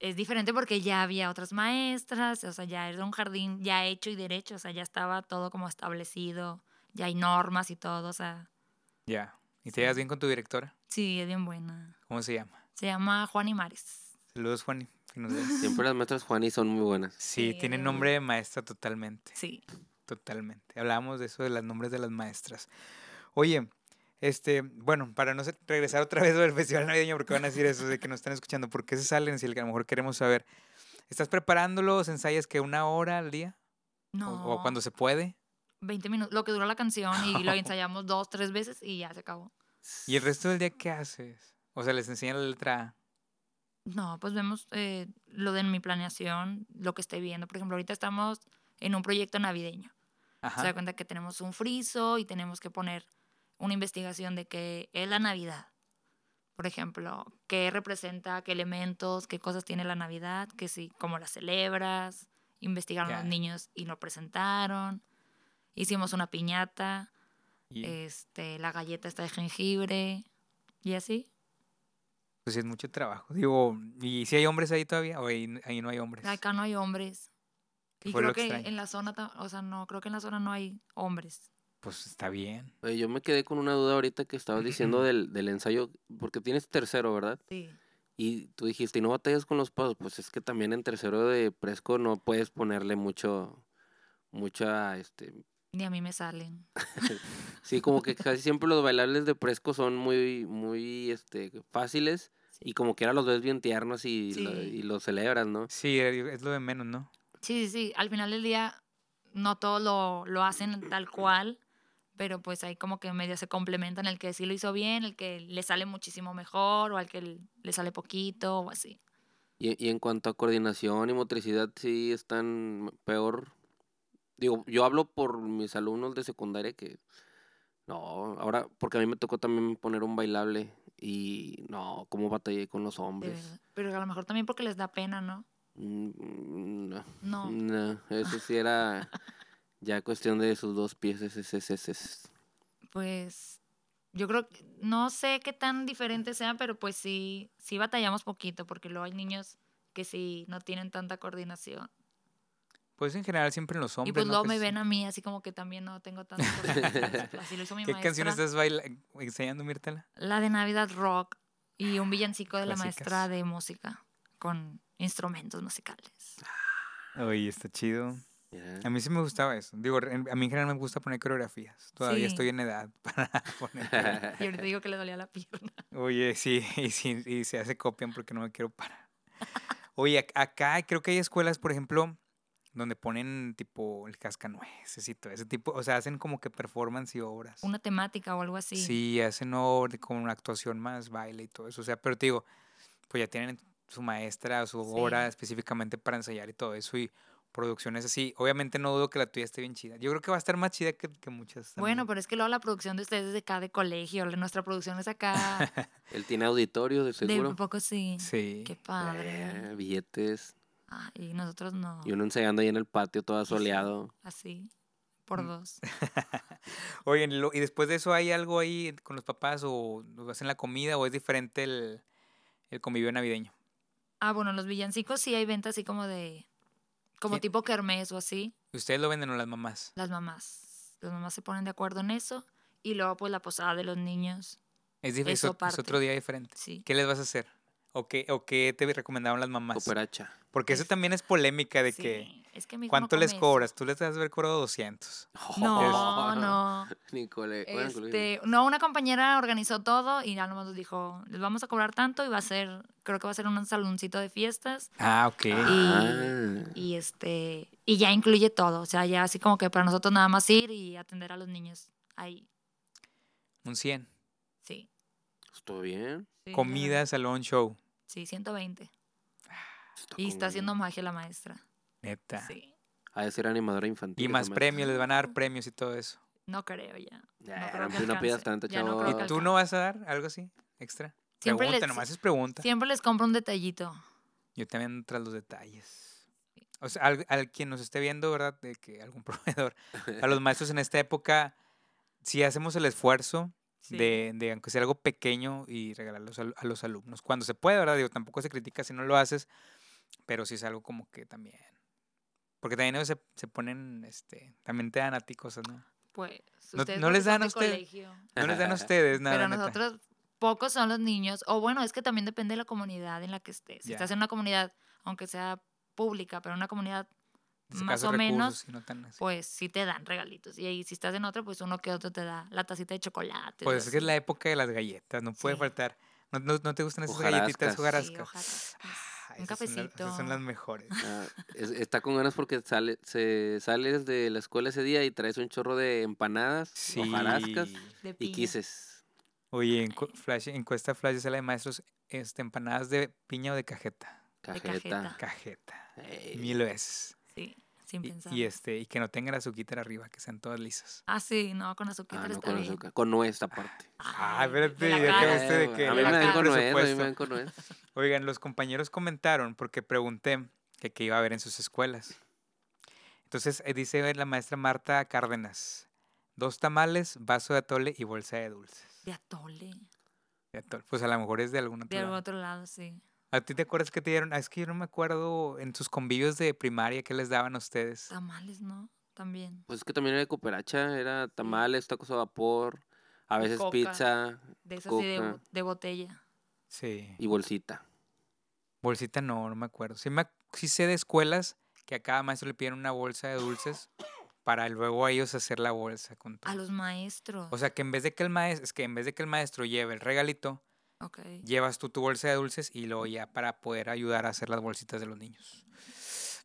S3: es diferente porque ya había otras maestras, o sea, ya era un jardín ya hecho y derecho, o sea, ya estaba todo como establecido, ya hay normas y todo, o sea,
S1: ya. ¿Y te llevas bien con tu directora?
S3: sí, es bien buena.
S1: ¿Cómo se llama?
S3: Se llama Juan Imares.
S1: Saludos, Juan. que nos ves.
S2: Siempre las maestras Juani son muy buenas.
S1: Sí, tiene
S3: Sí.
S1: nombre de maestra totalmente.
S3: Sí.
S1: Totalmente. Hablábamos de eso, de los nombres de las maestras. Oye, este, bueno, para no se- regresar otra vez al Festival Navideño, porque van a decir eso, de que nos están escuchando, ¿por qué se salen? Si a lo mejor queremos saber. ¿Estás preparándolos? ¿Ensayas que una hora al día? ¿O-
S3: No.
S1: ¿O, cuando se puede?
S3: 20 minutos, lo que duró la canción y lo ensayamos dos, tres veces y ya se acabó.
S1: ¿Y el resto del día qué haces? O sea, les enseñan la letra A.
S3: No, pues vemos eh, lo de mi planeación, lo que estoy viendo. Por ejemplo, ahorita estamos en un proyecto navideño.
S1: Ajá.
S3: Se da cuenta que tenemos un friso y tenemos que poner una investigación de qué es la Navidad. Por ejemplo, qué representa, qué elementos, qué cosas tiene la Navidad, que sí, cómo la celebras. Investigaron los
S1: Ya.
S3: niños y lo presentaron. Hicimos una piñata,
S1: Y,
S3: este, la galleta está de jengibre y así.
S1: Pues sí, es mucho trabajo. Digo, ¿y si hay hombres ahí todavía? ¿O ahí, n- ahí no hay hombres?
S3: Acá no hay hombres.
S1: ¿Qué
S3: Y
S1: fue lo
S3: creo que
S1: extraño?
S3: en la zona, ta- o sea, no, creo que en la zona no hay hombres.
S1: Pues está bien.
S2: Oye, yo me quedé con una duda ahorita que estabas diciendo del, del ensayo, porque tienes tercero, ¿verdad?
S3: Sí.
S2: Y tú dijiste, y no batallas con los pasos. Pues es que también en tercero de Presco no puedes ponerle mucho, mucha, este...
S3: Ni a mí me salen.
S2: Sí, como que casi siempre los bailables de Presco son muy, muy, este, fáciles. Y como que ahora los ves bien tiernos y, lo-
S3: Sí.
S2: y los celebras, ¿no?
S1: Sí, eh, es lo de menos, ¿no?
S3: Sí, sí, sí. Al final del día, no todos lo, lo hacen tal cual, pero pues ahí como que medio se complementan el que sí lo hizo bien, el que le sale muchísimo mejor, o al que l- le sale poquito, o así.
S2: Y, y en cuanto a coordinación y motricidad, sí están peor. Digo, yo hablo por mis alumnos de secundaria que. No, ahora, porque a mí me tocó también poner un bailable y no, cómo batallé con los
S3: de
S2: hombres.
S3: verdad. Pero a lo mejor también porque les da pena, ¿no?
S2: Mm, No,
S3: No.
S2: no, eso sí era ya cuestión de sus dos pies. es- es- es- es- es.
S3: Pues yo creo que no sé qué tan diferente sea, pero pues sí, sí batallamos poquito, porque luego hay niños que sí no tienen tanta coordinación.
S1: Pues en general siempre en los hombres.
S3: y pues
S1: ¿no?
S3: luego
S1: Casi
S3: me
S1: siempre.
S3: ven a mí así como que también no tengo tanta coordinación. Así lo hizo mi
S1: ¿Qué
S3: maestra.
S1: canción estás baila enseñando, Mirtela?
S3: la de Navidad Rock y un villancico de la
S1: Clásicas.
S3: maestra de música con instrumentos musicales.
S1: Oye, está chido.
S2: Mira,
S3: Em,
S1: A mí sí me gustaba eso. Digo, en- a mí en general me gusta poner coreografías. Todavía
S3: Sí.
S1: estoy en edad para poner. coreo-
S3: Y ahorita digo que le dolía la pierna.
S1: Oye, sí, y, sí, y se hace copian porque no me quiero parar. Oye, ac- acá creo que hay escuelas, por ejemplo, donde ponen tipo el cascanueces y todo ese tipo. O sea, hacen como que performance y obras.
S3: Una temática o algo así.
S1: Sí, hacen obra, con una actuación más, baile y todo eso. O sea, pero te digo, pues ya tienen su maestra, su hora
S3: Sí.
S1: específicamente para ensayar y todo eso y producciones así. Obviamente no dudo que la tuya esté bien chida. Yo creo que va a estar más chida que, que muchas.
S3: Bueno,
S1: también.
S3: pero es que luego la producción de ustedes es de acá de colegio, la- nuestra producción es acá
S2: Él tiene auditorio, de
S3: de
S2: seguro.
S3: poco pues sí.
S1: Sí.
S3: Qué padre.
S2: Eh, billetes.
S3: Ay, y nosotros no. Pues
S2: Y uno ensayando ahí en el patio, todo soleado.
S3: Así, por dos.
S1: Oye, lo- ¿y después de eso hay algo ahí con los papás o o hacen la comida o es diferente el, el convivio navideño?
S3: Ah, bueno, los villancicos sí hay venta así como de Como
S1: ¿Quién?
S3: tipo kermés o así,
S1: ¿Ustedes lo venden o las mamás?
S3: las mamás. Las mamás se ponen de acuerdo en eso. Y luego, pues, la posada de los niños.
S1: Es, dif- es
S3: Eso
S1: ot- es
S3: parte.
S1: otro día diferente.
S3: Sí.
S1: ¿Qué les vas a hacer? ¿O qué, o qué te recomendaron las mamás?
S2: Cooperacha.
S1: Porque eso también es polémica de
S3: Este Sí,
S1: que
S3: es que mi hijo no
S1: ¿cuánto les
S3: come eso.
S1: cobras? Tú les has de haber cobrado 200.
S3: No, no.
S2: Nicole. bueno, Nicole,
S3: Este, no, una compañera organizó todo y ya nomás nos dijo, les vamos a cobrar tanto y va a ser, creo que va a ser un saloncito de fiestas
S1: Ah, ok.
S2: Ah.
S3: y este, y ya incluye todo, o sea, ya así como que para nosotros nada más ir y atender a los niños ahí,
S1: Un 100.
S3: sí.
S2: Estuvo Pues, bien.
S3: Sí, la
S1: Comida,
S3: verdad.
S1: salón, show.
S3: Sí, 120.
S2: Pues, Está
S3: Y está
S2: como-
S3: haciendo magia la maestra.
S1: Neta.
S3: Sí.
S2: Ha de ser animadora infantil.
S1: Y
S2: esa
S1: más
S2: maestra.
S1: premios, les van a dar premios y todo eso.
S3: No creo ya.
S2: Ya,
S3: creo
S2: rompe
S3: que
S2: una
S3: alcance.
S2: piedra tanta,
S3: Ya no
S2: chavo.
S3: creo que
S1: ¿Y tú no vas a dar algo así extra?
S3: Siempre
S1: pregunta,
S3: les-
S1: nomás es pregunta.
S3: Siempre les compro un detallito.
S1: Yo también ando tras los detalles. O sea, al, al quien nos esté viendo, ¿verdad? De que algún proveedor. A los maestros en esta época, si hacemos el esfuerzo
S3: Sí.
S1: de, de, aunque sea algo pequeño, y regalarlos al- a, los alumnos. Cuando se puede, ¿verdad? Digo, tampoco se critica si no lo haces, pero sí es algo como que también. Porque también ellos se, se ponen, este, también te dan a ti cosas, ¿no?
S3: Pues,
S1: No-
S3: ustedes
S1: no
S3: porque
S1: les dan
S3: son
S1: a
S3: de
S1: usted-
S3: colegio.
S1: No les dan a ustedes nada.
S3: pero
S1: la neta.
S3: nosotros pocos son los niños. O bueno, es que también depende de la comunidad en la que estés. Si
S1: Ya.
S3: estás en una comunidad, aunque sea pública, pero una comunidad,
S1: En ese
S3: más
S1: caso,
S3: o menos,
S1: recursos y no tan así.
S3: pues sí te dan regalitos. Y ahí si estás en otra, pues uno que otro te da la tacita de chocolate.
S1: Pues es que es la época de las galletas, no puede
S3: Sí.
S1: faltar. ¿No, no, no te gustan esas galletitas
S2: Hojarascas.
S1: hojarascas?
S3: hojarascas.
S1: Ah,
S3: Un
S1: esas son las- esas son
S3: cafecito.
S1: las mejores.
S2: Ah, es- está con ganas porque sale, se, sales de la escuela ese día y traes un chorro de empanadas,
S1: Sí.
S2: hojarascas
S3: pues, de
S2: y
S3: piña.
S2: quises.
S1: Oye, encu- flash, encuesta flash de sala de maestros, este, empanadas de piña o de cajeta.
S2: Cajeta.
S3: cajeta.
S1: Cajeta.
S2: Ey,
S1: Mil veces.
S3: Sí, Eh, sin
S1: Y,
S3: pensar.
S1: y este, y que no tengan azúcar arriba, que sean todas lisas.
S3: Ah, sí, no, con azúcar
S2: Ah, no,
S3: está
S2: con
S3: bien.
S2: azúcar. Con nuez aparte. Ah,
S1: Ah,
S3: Ay, de
S1: espérate,
S3: la
S1: ya
S3: cara.
S1: acabaste de que-
S2: A mí me
S3: de la
S2: ven con
S3: cara.
S2: nuez, a mí me
S1: Presupuesto.
S2: ven con nuez.
S1: Oigan, los compañeros comentaron porque pregunté que qué iba a haber en sus escuelas. Entonces eh, dice la maestra Marta Cárdenas, dos tamales, vaso de atole y bolsa de dulces.
S3: De atole.
S1: De atole. Pues a lo mejor es de algún otro
S3: De
S1: lado.
S3: otro lado, sí.
S1: ¿A ti te acuerdas que te dieron? Ah, Es que yo no me acuerdo en sus convivios de primaria que les daban a ustedes.
S3: Tamales, ¿no? También.
S2: Pues es que también era de cooperacha, era tamales, tacos a vapor, a
S3: Y
S2: veces
S3: coca.
S2: pizza
S3: De esas así de,
S2: Coca.
S3: bo- de botella.
S1: Sí.
S2: y bolsita.
S1: Bolsita no, no me acuerdo. Sí, me ac- sí sé de escuelas que a cada maestro le piden una bolsa de dulces para luego a ellos hacer la bolsa con
S3: A
S1: todo.
S3: los maestros.
S1: O sea que en vez de que el maestro, es que en vez de que el maestro lleve el regalito,
S3: Ok.
S1: llevas tú tu bolsa de dulces y luego ya para poder ayudar a hacer las bolsitas de los niños.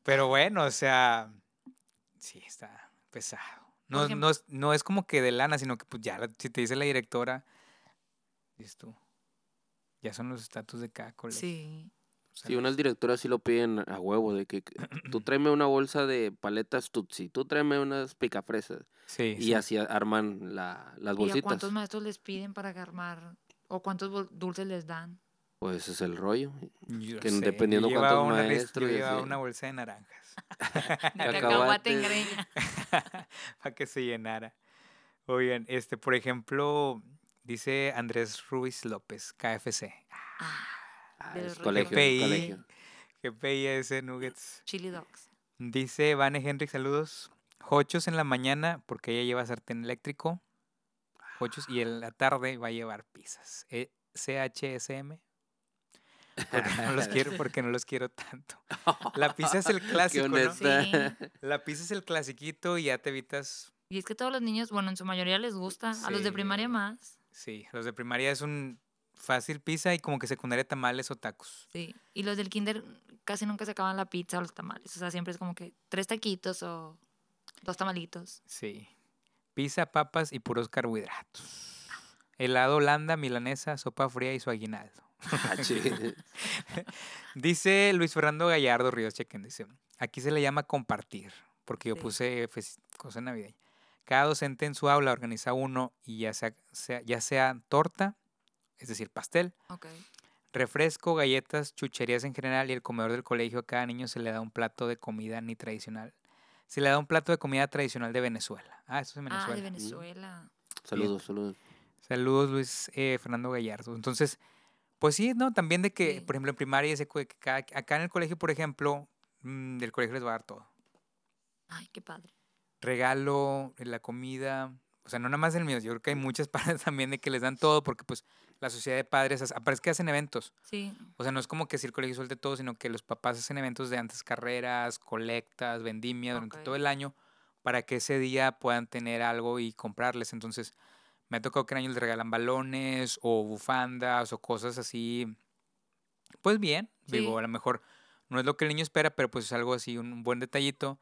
S1: Pero bueno, o sea, sí, está pesado. No,
S3: ejem-
S1: no, es, no es como que de lana, sino que pues ya, la- si te dice la directora, dices tú, ya son los estatus de cada colegio.
S3: Sí.
S1: o sea,
S2: Sí,
S1: no
S2: unas
S1: es-
S2: directoras sí lo piden a huevo, de que que tú tráeme una bolsa de paletas Tutsi, tú tráeme unas picafresas.
S1: Sí,
S2: Y
S1: sí.
S2: así a- arman la- las
S3: ¿Y a
S2: bolsitas.
S3: cuántos maestros les piden para armar? ¿O cuántos bol- dulces les dan?
S2: Pues ese es el rollo.
S1: Yo
S2: que
S1: sé, yo
S2: dependiendo
S1: llevaba
S2: cuántos
S1: una lista-
S2: maestros y
S1: Yo llevaba
S2: así.
S1: una bolsa de naranjas
S3: De
S2: Cacahuates.
S3: cacahuate en greña.
S1: para que se llenara. Oigan, este, por ejemplo, dice Andrés Ruiz López, KFC.
S3: Ah,
S2: Ah,
S3: Del
S2: es
S3: rollo.
S2: colegio, es
S1: GPI.
S2: colegio.
S1: GPIS Nuggets.
S3: chili dogs.
S1: Dice Vane Henrik, saludos. Jochos en la mañana, porque ella lleva sartén eléctrico. Jochos, y en la tarde va a llevar pizzas. Eh, CHSM. Porque no los quiero, porque no los quiero tanto. La pizza es el clásico, ¿no?
S2: honesta. Está-
S3: Sí.
S1: La pizza es el clasiquito y ya te evitas.
S3: Y es que todos los niños, bueno, en su mayoría les gusta. A los de primaria
S1: Sí.
S3: más.
S1: Sí, los de primaria es un fácil pizza y como que secundaria tamales o tacos.
S3: Sí. Y los del kinder casi nunca se acaban la pizza o los tamales. O sea, siempre es como que tres taquitos o dos tamalitos.
S1: Sí. Pizza, papas y puros carbohidratos. Helado holanda, milanesa, sopa fría y su aguinaldo.
S2: Ah, chi.
S1: Dice Luis Fernando Gallardo Ríos, chequen, dice, aquí se le llama compartir, porque yo
S3: Sí.
S1: puse fes- cosa navideña. Cada docente en su aula organiza uno y ya sea, sea- ya sea torta, es decir, pastel,
S3: Ok.
S1: refresco, galletas, chucherías en general y el comedor del colegio a cada niño se le da un plato de comida ni tradicional. Se le da un plato de comida tradicional de Venezuela. Ah, eso es en
S3: Ah, de
S1: Venezuela.
S3: Venezuela.
S2: Saludos, saludos.
S1: Saludos, Luis eh, Fernando Gallardo. Entonces, pues sí, ¿no? También de que,
S3: Sí.
S1: por ejemplo, en primaria, ese, que cada- acá en el colegio, por ejemplo, mm, del colegio les va a dar todo.
S3: Ay, qué padre.
S1: Regalo, eh, la comida, o sea, no nada más el mío, yo creo que hay muchas partes también de que les dan todo porque pues la sociedad de padres, as- aparte es que hacen eventos,
S3: Sí,
S1: o sea, no es como que si el colegio suelte todo, sino que los papás hacen eventos de antes carreras, colectas, vendimia durante
S3: Ok.
S1: todo el año para que ese día puedan tener algo y comprarles. Entonces, me ha tocado que en años les regalan balones o bufandas o cosas así. Pues bien, digo,
S3: Sí.
S1: a lo mejor no es lo que el niño espera, pero pues es algo así, un buen detallito.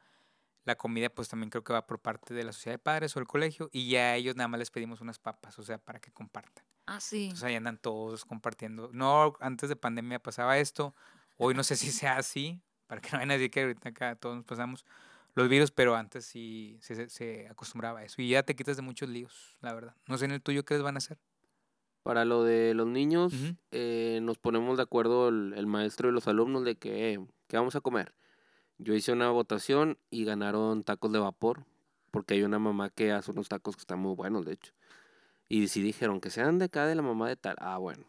S1: La comida pues también creo que va por parte de la sociedad de padres o el colegio y ya a ellos nada más les pedimos unas papas, o sea, para que compartan.
S3: ah, sí.
S1: Entonces pues, ahí andan todos compartiendo. No, antes de pandemia pasaba esto. Hoy no sé si sea así, para que no vayan a decir que ahorita acá todos nos pasamos los virus, pero antes sí, sí se, se acostumbraba a eso. Y ya te quitas de muchos líos, la verdad. No sé en el tuyo qué les van a hacer.
S2: Para lo de los niños,
S1: Ujú.
S2: eh, nos ponemos de acuerdo el, el maestro y los alumnos de que, "Eh, ¿qué vamos a comer? Yo hice una votación y ganaron tacos de vapor, porque hay una mamá que hace unos tacos que están muy buenos, de hecho. Y sí dijeron que sean de acá de la mamá de tal. Ah, bueno.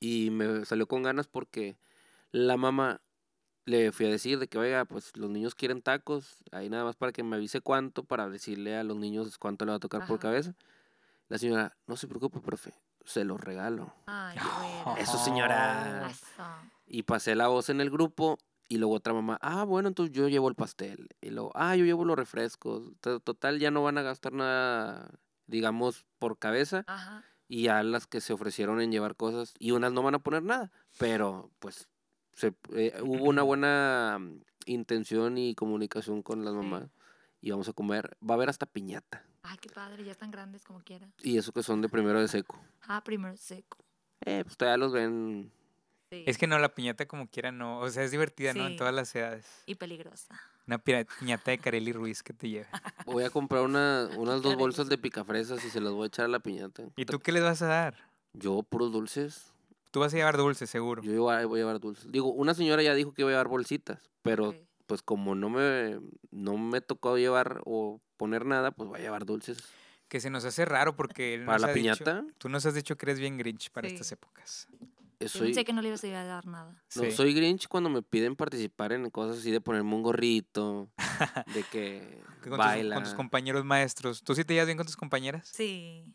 S2: Y me salió con ganas porque la mamá le fui a decir de que, oiga, pues los niños quieren tacos, ahí nada más para que me avise cuánto, para decirle a los niños cuánto le va a tocar por
S3: Ajá.
S2: cabeza. La señora, no se preocupe, profe, se los regalo.
S3: Ay,
S2: Eso,
S3: güera.
S2: señora.
S3: Eso.
S2: Y pasé la voz en el grupo y luego otra mamá, ah, bueno, entonces yo llevo el pastel. Y luego, ah, yo llevo los refrescos. To- Total, ya no van a gastar nada, digamos, por cabeza.
S3: Ajá.
S2: Y a las que se ofrecieron en llevar cosas, y unas no van a poner nada. Pero, pues, se, eh, hubo una buena mm, intención y comunicación con las
S3: Sí.
S2: mamás. Y vamos a comer, va a haber hasta piñata.
S3: Ay, qué padre, ya están grandes como quiera.
S2: Y eso que son de primero de seco.
S3: Ah, primero seco.
S2: Eh, pues todavía los ven
S3: Sí.
S1: Es que no, la piñata como quiera no. O sea, es divertida, ¿no? En
S3: Sí.
S1: todas las edades.
S3: Y peligrosa.
S1: Una pira- piñata de Kareli Ruiz que te lleve.
S2: Voy a comprar una, unas dos
S3: Caray,
S2: bolsas de picafresas y se las voy a echar a la piñata.
S1: ¿Y tú qué les vas a dar?
S2: Yo, puros dulces.
S1: Tú vas a llevar dulce, seguro.
S2: Yo iba- voy a llevar dulces. Digo, una señora ya dijo que iba a llevar bolsitas, pero
S3: Ok.
S2: pues como no me, no me tocó llevar o poner nada, pues voy a llevar dulces.
S1: Que se nos hace raro porque él
S2: Para
S1: nos
S2: la
S1: ha dicho-
S2: piñata,
S1: tú nos has dicho que eres bien grinch para
S3: Sí.
S1: estas épocas.
S2: eh,
S3: Yo
S2: soy,
S3: pensé que no le ibas a ir a dar nada.
S2: no,
S1: Sí.
S2: soy Grinch cuando me piden participar en cosas así de ponerme un gorrito, de que
S1: que con, tus,
S2: baila.
S1: con tus compañeros maestros. ¿Tú sí te llevas bien con tus compañeras?
S3: Sí,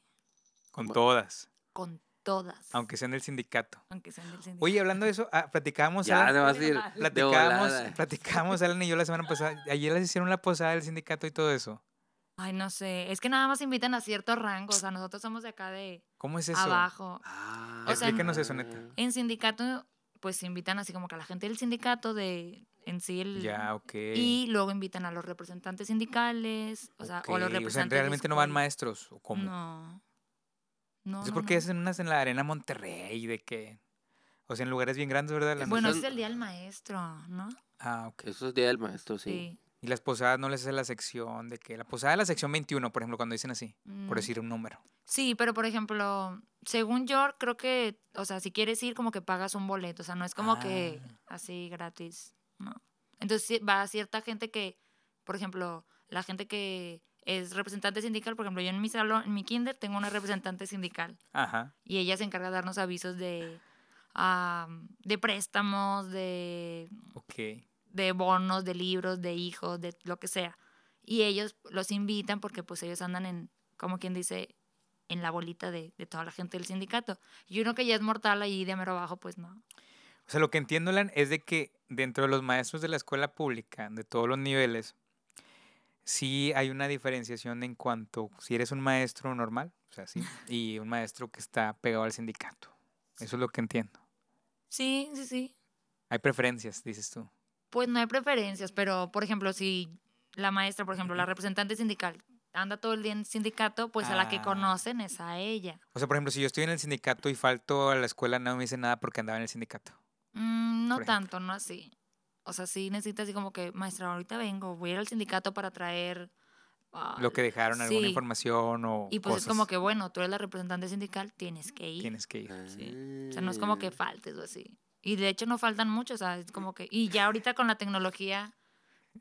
S1: Con
S2: Bueno.
S1: todas,
S3: con todas.
S1: aunque sean del sindicato.
S3: aunque sean del sindicato.
S1: Oye, hablando de eso, ah, platicábamos,
S2: ya
S1: Alan-
S2: te vas a ir.
S3: Platicamos-
S2: de volada.
S1: platicábamos, platicábamos Alan y yo la semana pasada. Ayer les hicieron la posada del sindicato y todo eso.
S3: Ay, no sé. Es que nada más invitan a ciertos rangos. O sea, nosotros somos de acá de
S1: ¿Cómo es eso?
S3: abajo.
S2: Ah,
S3: O sea,
S1: Explícanos eso, neta.
S3: En sindicato, pues invitan así como que a la gente del sindicato de en sí el.
S1: Ya, ok.
S3: Y luego invitan a los representantes sindicales. O sea, o a los
S1: Ok,
S3: representantes. de
S1: realmente no van
S3: escuela.
S1: maestros. ¿o ¿Cómo?
S3: No. No.
S1: Entonces,
S3: no,
S1: ¿por qué
S3: no.
S1: hacen unas en la Arena Monterrey? ¿De qué? O sea, en lugares bien grandes, ¿verdad? Alan?
S3: Bueno,
S2: Son-
S3: ese es el día del maestro, ¿no?
S1: Ah, ok.
S2: Eso es Día del Maestro, sí.
S3: Sí.
S1: Y las posadas no les hace la sección de que... La posada de la sección 21, por ejemplo, cuando dicen así,
S3: Mm.
S1: por decir un número.
S3: Sí, pero por ejemplo, según yo, creo que, o sea, si quieres ir, como que pagas un boleto, o sea, no es como que así gratis, ¿no? Entonces sí, va cierta gente que, por ejemplo, la gente que es representante sindical, por ejemplo, yo en mi salón, en mi kinder, tengo una representante sindical
S1: Ajá.
S3: y ella se encarga de darnos avisos de, am, de préstamos, de,
S1: Ok.
S3: de bonos, de libros, de hijos, de lo que sea. Y ellos los invitan porque pues ellos andan en, como quien dice, en la bolita de, de toda la gente del sindicato. Y uno que ya es mortal ahí de mero abajo, pues no.
S1: O sea, lo que entiendo, Lan, es de que dentro de los maestros de la escuela pública, de todos los niveles, sí hay una diferenciación en cuanto si eres un maestro normal, o sea, sí, y un maestro que está pegado al sindicato. Eso es lo que entiendo.
S3: Sí, sí, sí.
S1: Hay preferencias, dices tú.
S3: Pues no hay preferencias, pero por ejemplo, si la maestra, por ejemplo, la representante sindical anda todo el día en sindicato, pues a la que
S1: Ah.
S3: conocen es a ella.
S1: O sea, por ejemplo, si yo estoy en el sindicato y falto a la escuela, no me dice nada porque andaba en el sindicato.
S3: Mm, no
S1: Por ejemplo.
S3: tanto, no así. O sea, sí necesita así como que, maestra, ahorita vengo, voy a ir al sindicato para traer... ah,
S1: Lo que dejaron, alguna
S3: sí.
S1: información o
S3: Y pues
S1: cosas,
S3: es como que, bueno, tú eres la representante sindical, tienes que Ah. ir.
S1: tienes que ir.
S3: O sea, no es como que
S2: Ah.
S3: faltes o así. Y de hecho no faltan muchos, o sea, es como que... Y ya ahorita con la tecnología,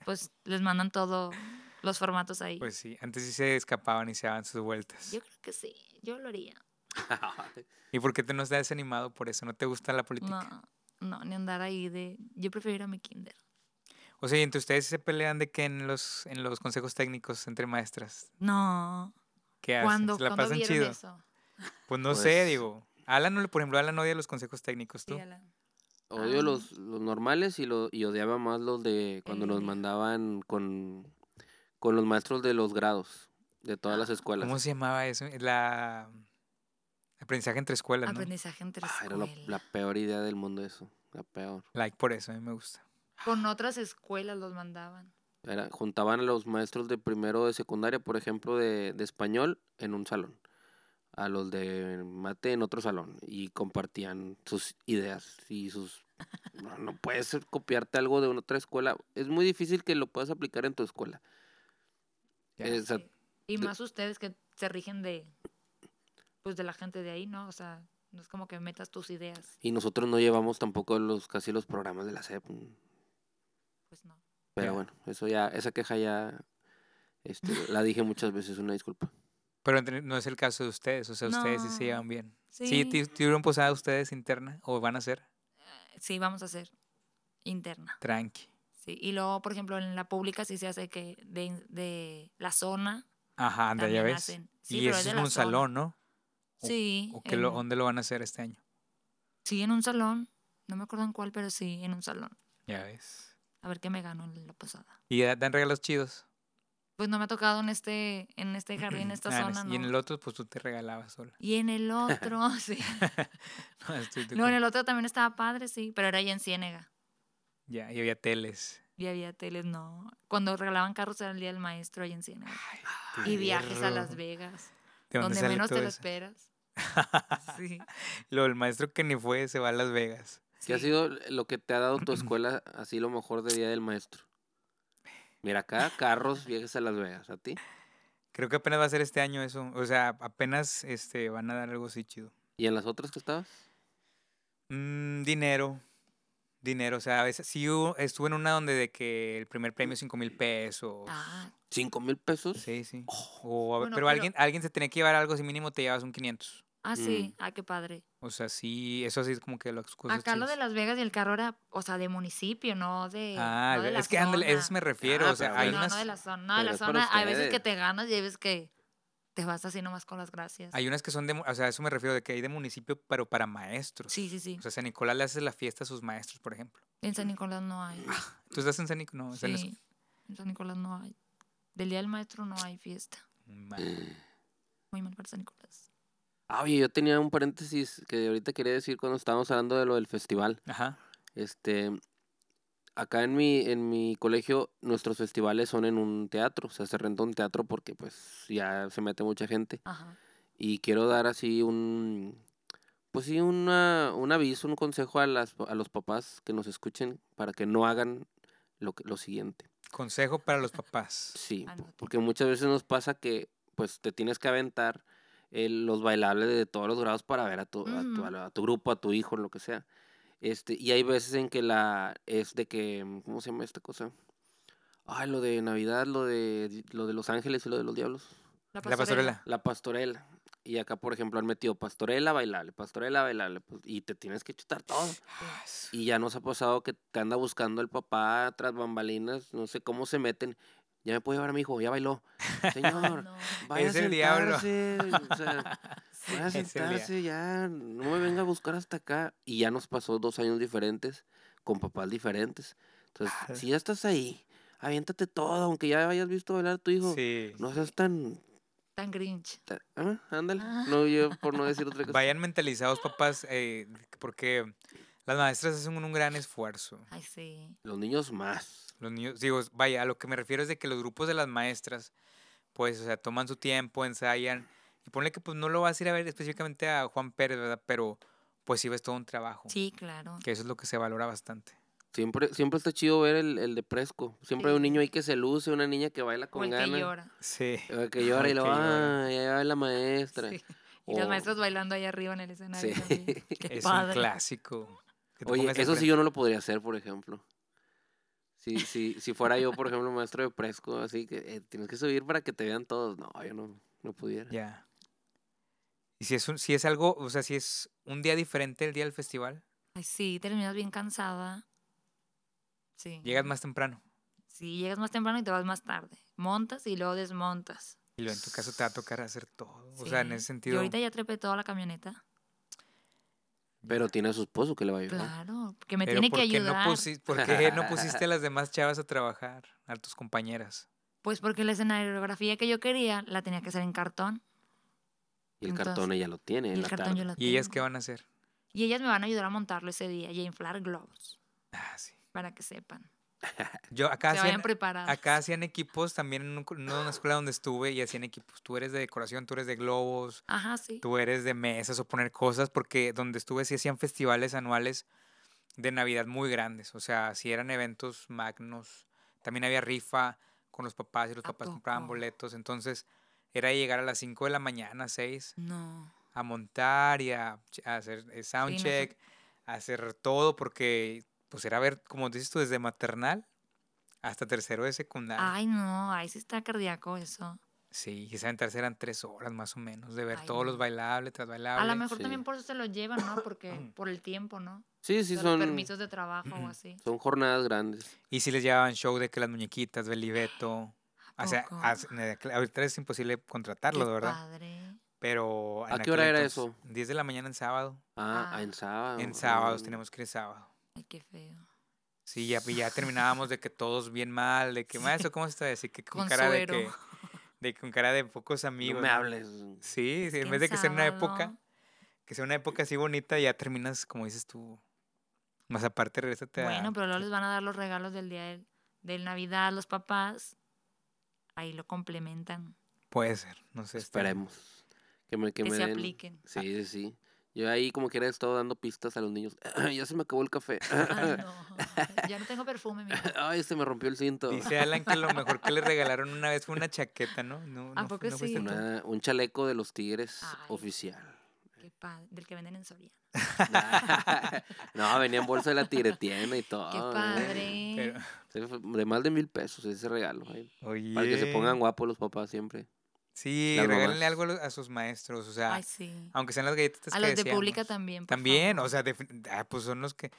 S3: pues les mandan todos los formatos ahí.
S1: Pues sí, antes sí se escapaban y se daban sus vueltas.
S3: Yo creo que sí, yo lo haría.
S2: Ah.
S1: ¿Y por qué te no estás animado por eso? ¿No te gusta la política?
S3: No, no, ni andar ahí de... Yo prefiero ir a mi kinder.
S1: O sea, ¿y entre ustedes se pelean de que en los, en los consejos técnicos entre maestras?
S3: No.
S1: ¿Qué hacen?
S3: ¿Cuándo,
S1: ¿Se la
S3: ¿cuándo
S1: pasan
S3: vieron
S1: chido?
S3: eso?
S1: Pues no sé,
S2: Pues-
S1: digo. Alan, no le- por ejemplo, Alan odia los consejos técnicos,
S3: Sí,
S1: ¿tú?
S3: Alan.
S2: Odio
S3: Ah.
S2: los, los normales y, lo, y odiaba más los de cuando
S3: En
S2: nos
S3: línea.
S2: mandaban con, con los maestros de los grados, de todas las escuelas.
S1: ¿Cómo se llamaba eso? Eh, La... Aprendizaje entre escuelas, ¿no?
S3: Aprendizaje entre
S2: Ah, era
S3: escuela.
S2: la, la peor idea del mundo eso, la peor.
S1: Like por eso, a mí me gusta.
S3: Con otras escuelas los mandaban.
S2: Era, juntaban a los maestros de primero de secundaria, por ejemplo, de, de español en un salón, a los de mate en otro salón y compartían sus ideas y sus... No, no puedes copiarte algo de una otra escuela. Es muy difícil que lo puedas aplicar en tu escuela.
S1: Ya.
S2: Eh, o sea,
S3: Sí. Y
S2: de-
S3: más ustedes que se rigen de pues de la gente de ahí, ¿no? O sea, no es como que metas tus ideas,
S2: Y nosotros no llevamos tampoco los casi los programas de la SEP. mm,
S3: pues no.
S2: Pero
S1: Ya.
S2: bueno, eso ya, esa queja ya este, la dije muchas veces, una disculpa.
S1: Pero entre- no es el caso de ustedes, o sea, ustedes sí se
S3: No.
S1: llevan bien. Sí, ti- tuvieron posada ustedes interna o van a ser
S3: Sí, vamos a hacer interna.
S1: tranqui.
S3: Sí, y luego, por ejemplo, en la pública sí se hace que de, de la zona
S1: Ajá, anda, ya
S3: también
S1: ves.
S3: hacen. Sí,
S1: y
S3: pero
S1: eso
S3: es
S1: es
S3: de
S1: en
S3: la
S1: un
S3: zona.
S1: salón, ¿no? o-
S3: Sí,
S1: ¿O que lo,
S3: en-
S1: dónde lo van a hacer este año?
S3: sí, en un salón. No me acuerdo en cuál, pero sí, en un salón.
S1: Ya ves.
S3: A ver qué me ganó en la posada.
S1: Y da- dan regalos chidos.
S3: Pues no me ha tocado en este, en este jardín, en esta
S1: Ah, en
S3: zona,
S1: es-
S3: no.
S1: Y en el otro, pues tú te regalabas sola.
S3: Y en el otro, sí.
S1: No, estoy- estoy
S3: No, en
S1: con-
S3: el otro también estaba padre, sí, pero era allá en Ciénega.
S1: Ya, y había teles.
S3: Y había teles, no. Cuando regalaban carros era el día del maestro allá en Ciénega. Ah, Y viajes a Las
S1: Ah, perro.
S3: Vegas,
S1: ¿De dónde
S3: donde
S1: sale
S3: menos
S1: todo
S3: te lo
S1: eso?
S3: esperas. Sí.
S1: Lo del maestro que ni fue se va a Las Vegas.
S2: ¿Qué ha
S3: sí.
S2: sido lo que te ha dado tu escuela así lo mejor de Día del Maestro? Mira acá, carros, viajes a Las Vegas, ¿a ti?
S1: Creo que apenas va a ser este año eso. O sea, apenas este, van a dar algo así chido.
S2: ¿Y en las otras que estabas?
S1: Mm, dinero. Dinero. O sea, a veces sí hubo- estuve en una donde de que el primer premio es 5 mil pesos.
S3: Ah,
S2: ¿Cinco mil pesos?
S1: Sí, sí. O a-
S3: Bueno,
S1: pero
S3: pero-
S1: alguien, alguien se tenía que llevar algo, si mínimo te llevas un 500.
S3: ah, sí.
S1: Mm.
S3: Ah, qué padre.
S1: O sea, sí, eso sí es como que las cosas
S3: Acá lo de
S1: chidas.
S3: Las Vegas y el carro era, o sea, de municipio, no de.
S1: Ah,
S3: Eh, no de la
S1: es que ándale, a eso
S3: zona.
S1: me refiero.
S2: Ah,
S1: o sea,
S2: pero
S1: hay
S3: no,
S1: unas,
S3: no de la zona. No, de
S2: pero
S3: la
S2: es para
S3: zona. Hay veces que
S2: ustedes.
S3: te ganas y hay veces que te vas así nomás con las gracias.
S1: hay unas que son de, mu- o sea, a eso me refiero de que hay de municipio, pero para maestros.
S3: Sí, sí, sí.
S1: O sea, San Nicolás le hace la fiesta a sus maestros, por ejemplo.
S3: En San Nicolás no hay.
S1: ¿Tú estás en San Nicolás? No, estás en
S3: Sí, en San Nicolás no hay. Del Día del Maestro no hay fiesta.
S1: Mal.
S3: Muy mal para San Nicolás.
S2: Ah, oye, yo tenía un paréntesis que ahorita quería decir cuando estábamos hablando de lo del festival.
S1: Ajá.
S2: Este, acá en mi, en mi colegio, nuestros festivales son en un teatro. O sea, se renta un teatro porque pues ya se mete mucha gente.
S3: Ajá.
S2: Y quiero dar así un, pues sí, una, un aviso, un consejo a, las, a los papás que nos escuchen para que no hagan lo, que- lo siguiente.
S1: Consejo para los papás.
S2: Sí, po-
S3: Anoten.
S2: porque muchas veces nos pasa que pues te tienes que aventar el- los bailables de todos los grados para ver a tu, a tu,
S3: Ujú.
S2: a tu grupo, a tu hijo, lo que sea. Este, y hay veces en que la es de que, mm, ¿cómo se llama esta cosa? Ah, lo de Navidad, lo de di- lo de Los Ángeles y lo de los diablos.
S1: La pastorela.
S2: La pastorela. Y acá, por ejemplo, han metido pastorela bailable, pastorela bailable, pues, y te tienes que chutar todo.
S1: Ah, su-
S2: Y ya nos ha pasado que te anda buscando el papá tras bambalinas, no sé cómo se meten. Ya me puedo llevar a mi hijo, ya bailó. Señor,
S3: Ah, No,
S2: vaya
S1: Es
S2: a
S1: el diablo.
S2: sentarse. O sea, vaya a
S1: Es el diablo.
S2: sentarse ya, no me venga a buscar hasta acá. Y ya nos pasó dos años diferentes, con papás diferentes. Entonces,
S1: Ah.
S2: si ya estás ahí, aviéntate todo, aunque ya hayas visto bailar a tu hijo.
S1: Sí.
S2: No seas tan...
S3: tan grinch.
S2: ta- ah, ándale. No, yo por no decir otra cosa.
S1: Vayan mentalizados, papás, eh, porque las maestras hacen un gran esfuerzo.
S3: Ay, sí.
S2: Los niños más.
S1: Los niños, digo, vaya, a lo que me refiero es de que los grupos de las maestras, pues, o sea, toman su tiempo, ensayan. Y ponle que, pues, no lo vas a ir a ver específicamente a Juan Pérez, ¿verdad? Pero, pues, sí ves todo un trabajo.
S3: Sí, claro.
S1: Que eso es lo que se valora bastante.
S2: Siempre, siempre está chido ver el, el de Presco. Siempre hay un
S3: Sí.
S2: niño ahí que se luce, una niña que baila
S3: O
S2: con
S3: el que
S2: ganas.
S3: llora.
S1: Sí.
S2: eh, Que llora
S1: Ay,
S2: y lo
S1: que llora.
S2: ah, ya va la maestra.
S3: Sí. Y los
S2: O-
S3: maestros bailando ahí arriba en el escenario.
S2: Sí.
S3: también. Qué
S1: Oh. es un
S3: padre.
S1: clásico. Que te
S2: Oye,
S1: pongas
S2: eso sí
S1: enfrente.
S2: yo no lo podría hacer, por ejemplo. Si, si, si fuera yo, por ejemplo, maestro de Presco, así que eh, tienes que subir para que te vean todos. No, yo no, no pudiera.
S1: Ya. Y si es, un- si es algo, o sea, si es un día diferente el día del festival,
S3: Ay, sí, terminas bien cansada. Sí.
S1: llegas más temprano.
S3: Si llegas más temprano y te vas más tarde. Montas y luego desmontas.
S1: Y luego en tu caso te va a tocar hacer todo. O sea, en
S3: Sí.
S1: ese
S3: Y
S1: sentido.
S3: ahorita ya trepé toda la camioneta.
S2: Pero tiene a su esposo que le va a ayudar.
S3: Claro, porque me
S1: pero
S3: tiene
S1: ¿por
S3: que
S1: qué no
S3: ayudar.
S1: pusi- por qué no pusiste a las demás chavas a trabajar? A tus compañeras.
S3: Pues porque la escenografía que yo quería la tenía que hacer en cartón.
S2: Y el
S3: Entonces,
S2: cartón ella lo tiene.
S3: Y
S2: en
S3: el
S2: la
S3: cartón
S2: tarde.
S3: yo la
S1: ¿Y ellas
S3: tengo.
S1: qué van a hacer?
S3: Y ellas me van a ayudar a montarlo ese día y a inflar globos,
S1: Ah, sí.
S3: para que sepan.
S1: Yo acá
S3: Se
S1: hacían,
S3: vayan preparadas.
S1: acá hacían equipos también en, un co- en una escuela donde estuve y hacían equipos. Tú eres de decoración, tú eres de globos,
S3: Ajá, sí.
S1: tú eres de mesas o poner cosas, porque donde estuve sí hacían festivales anuales de Navidad muy grandes. O sea, sí eran eventos magnos. También había rifa con los papás y los
S3: ¿A
S1: papás compraban
S3: poco?
S1: boletos. Entonces era llegar a las 5 de la mañana, 6,
S3: No.
S1: a montar y a, ch- a hacer eh, soundcheck, a hacer todo, porque pues era ver, como dices tú, desde maternal hasta tercero de secundaria.
S3: Ay, no, ahí sí está cardíaco eso.
S1: Sí, quizá en tercera eran tres horas más o menos de ver
S3: Ay,
S1: todos los
S3: no.
S1: bailables tras
S3: A
S1: bailables.
S3: lo mejor
S2: sí.
S3: también por eso se lo llevan, ¿no? Porque por el tiempo, ¿no?
S2: Sí, sí,
S3: De los
S2: son,
S3: permisos de trabajo o así.
S2: son jornadas grandes.
S1: Y si les llevaban show de que las muñequitas, Belibeto.
S3: ¿A
S1: O sea,
S3: poco?
S1: hace- ne- cl- ahorita es imposible contratarlo,
S3: Qué
S1: de ¿verdad?
S3: padre.
S1: Pero.
S2: ¿A
S1: en
S2: qué
S1: aquel
S2: hora era
S1: entonces,
S2: eso?
S1: 10 de la mañana en sábado.
S2: Ah,
S3: Ah.
S2: en sábado.
S1: En sábados
S2: ah.
S1: tenemos que ir en sábado.
S3: Ay, qué feo.
S1: Sí, ya, y ya terminábamos de que todos bien mal, de que, maestro, ¿cómo está? Así que con, cara de que,
S3: Consuero.
S1: de que con cara de pocos amigos.
S2: No me
S1: ¿no?
S2: hables.
S1: Sí, sí,
S3: que
S1: en
S3: en
S1: vez de que sea una época,
S3: sábado-
S1: que sea una época así bonita, ya terminas, como dices tú. Más aparte, regresate a.
S3: Bueno, pero luego les van a dar los regalos del día del, del Navidad, los papás. Ahí lo complementan.
S1: Puede ser, no sé. está-
S2: Esperemos. Que, me, que
S3: Que
S2: me
S3: se
S2: den-
S3: apliquen.
S2: Sí, sí, sí. Yo ahí como que era estado dando pistas a los niños. ya se me acabó el café.
S3: Ay, no. Ya no tengo perfume, mijo.
S2: Ay, se me rompió el cinto.
S1: Dice Alan que lo mejor que le regalaron una vez fue una chaqueta, ¿no? No,
S3: ¿A
S1: no, fu-
S3: poco
S1: no fuiste
S3: sí?
S1: tú.
S2: Una- un chaleco de los tigres
S3: Ay.
S2: oficial.
S3: Qué padre. Del que venden en Soria.
S2: no, venía en bolsa de la tigretiana y todo.
S3: Qué
S2: ¿eh?
S3: padre.
S1: Pero-
S2: Se fue De más de mil pesos ese regalo. ¿eh?
S1: Oye.
S2: Para que se pongan guapos los papás siempre.
S1: Sí,
S2: las
S1: regálenle
S2: mamás.
S1: algo a los- a sus maestros, o sea,
S3: Ay, sí.
S1: aunque sean las galletitas
S3: A
S1: que
S3: los de
S1: decíamos.
S3: pública también. por
S1: También,
S3: favor.
S1: o sea, defi- ah, pues son los que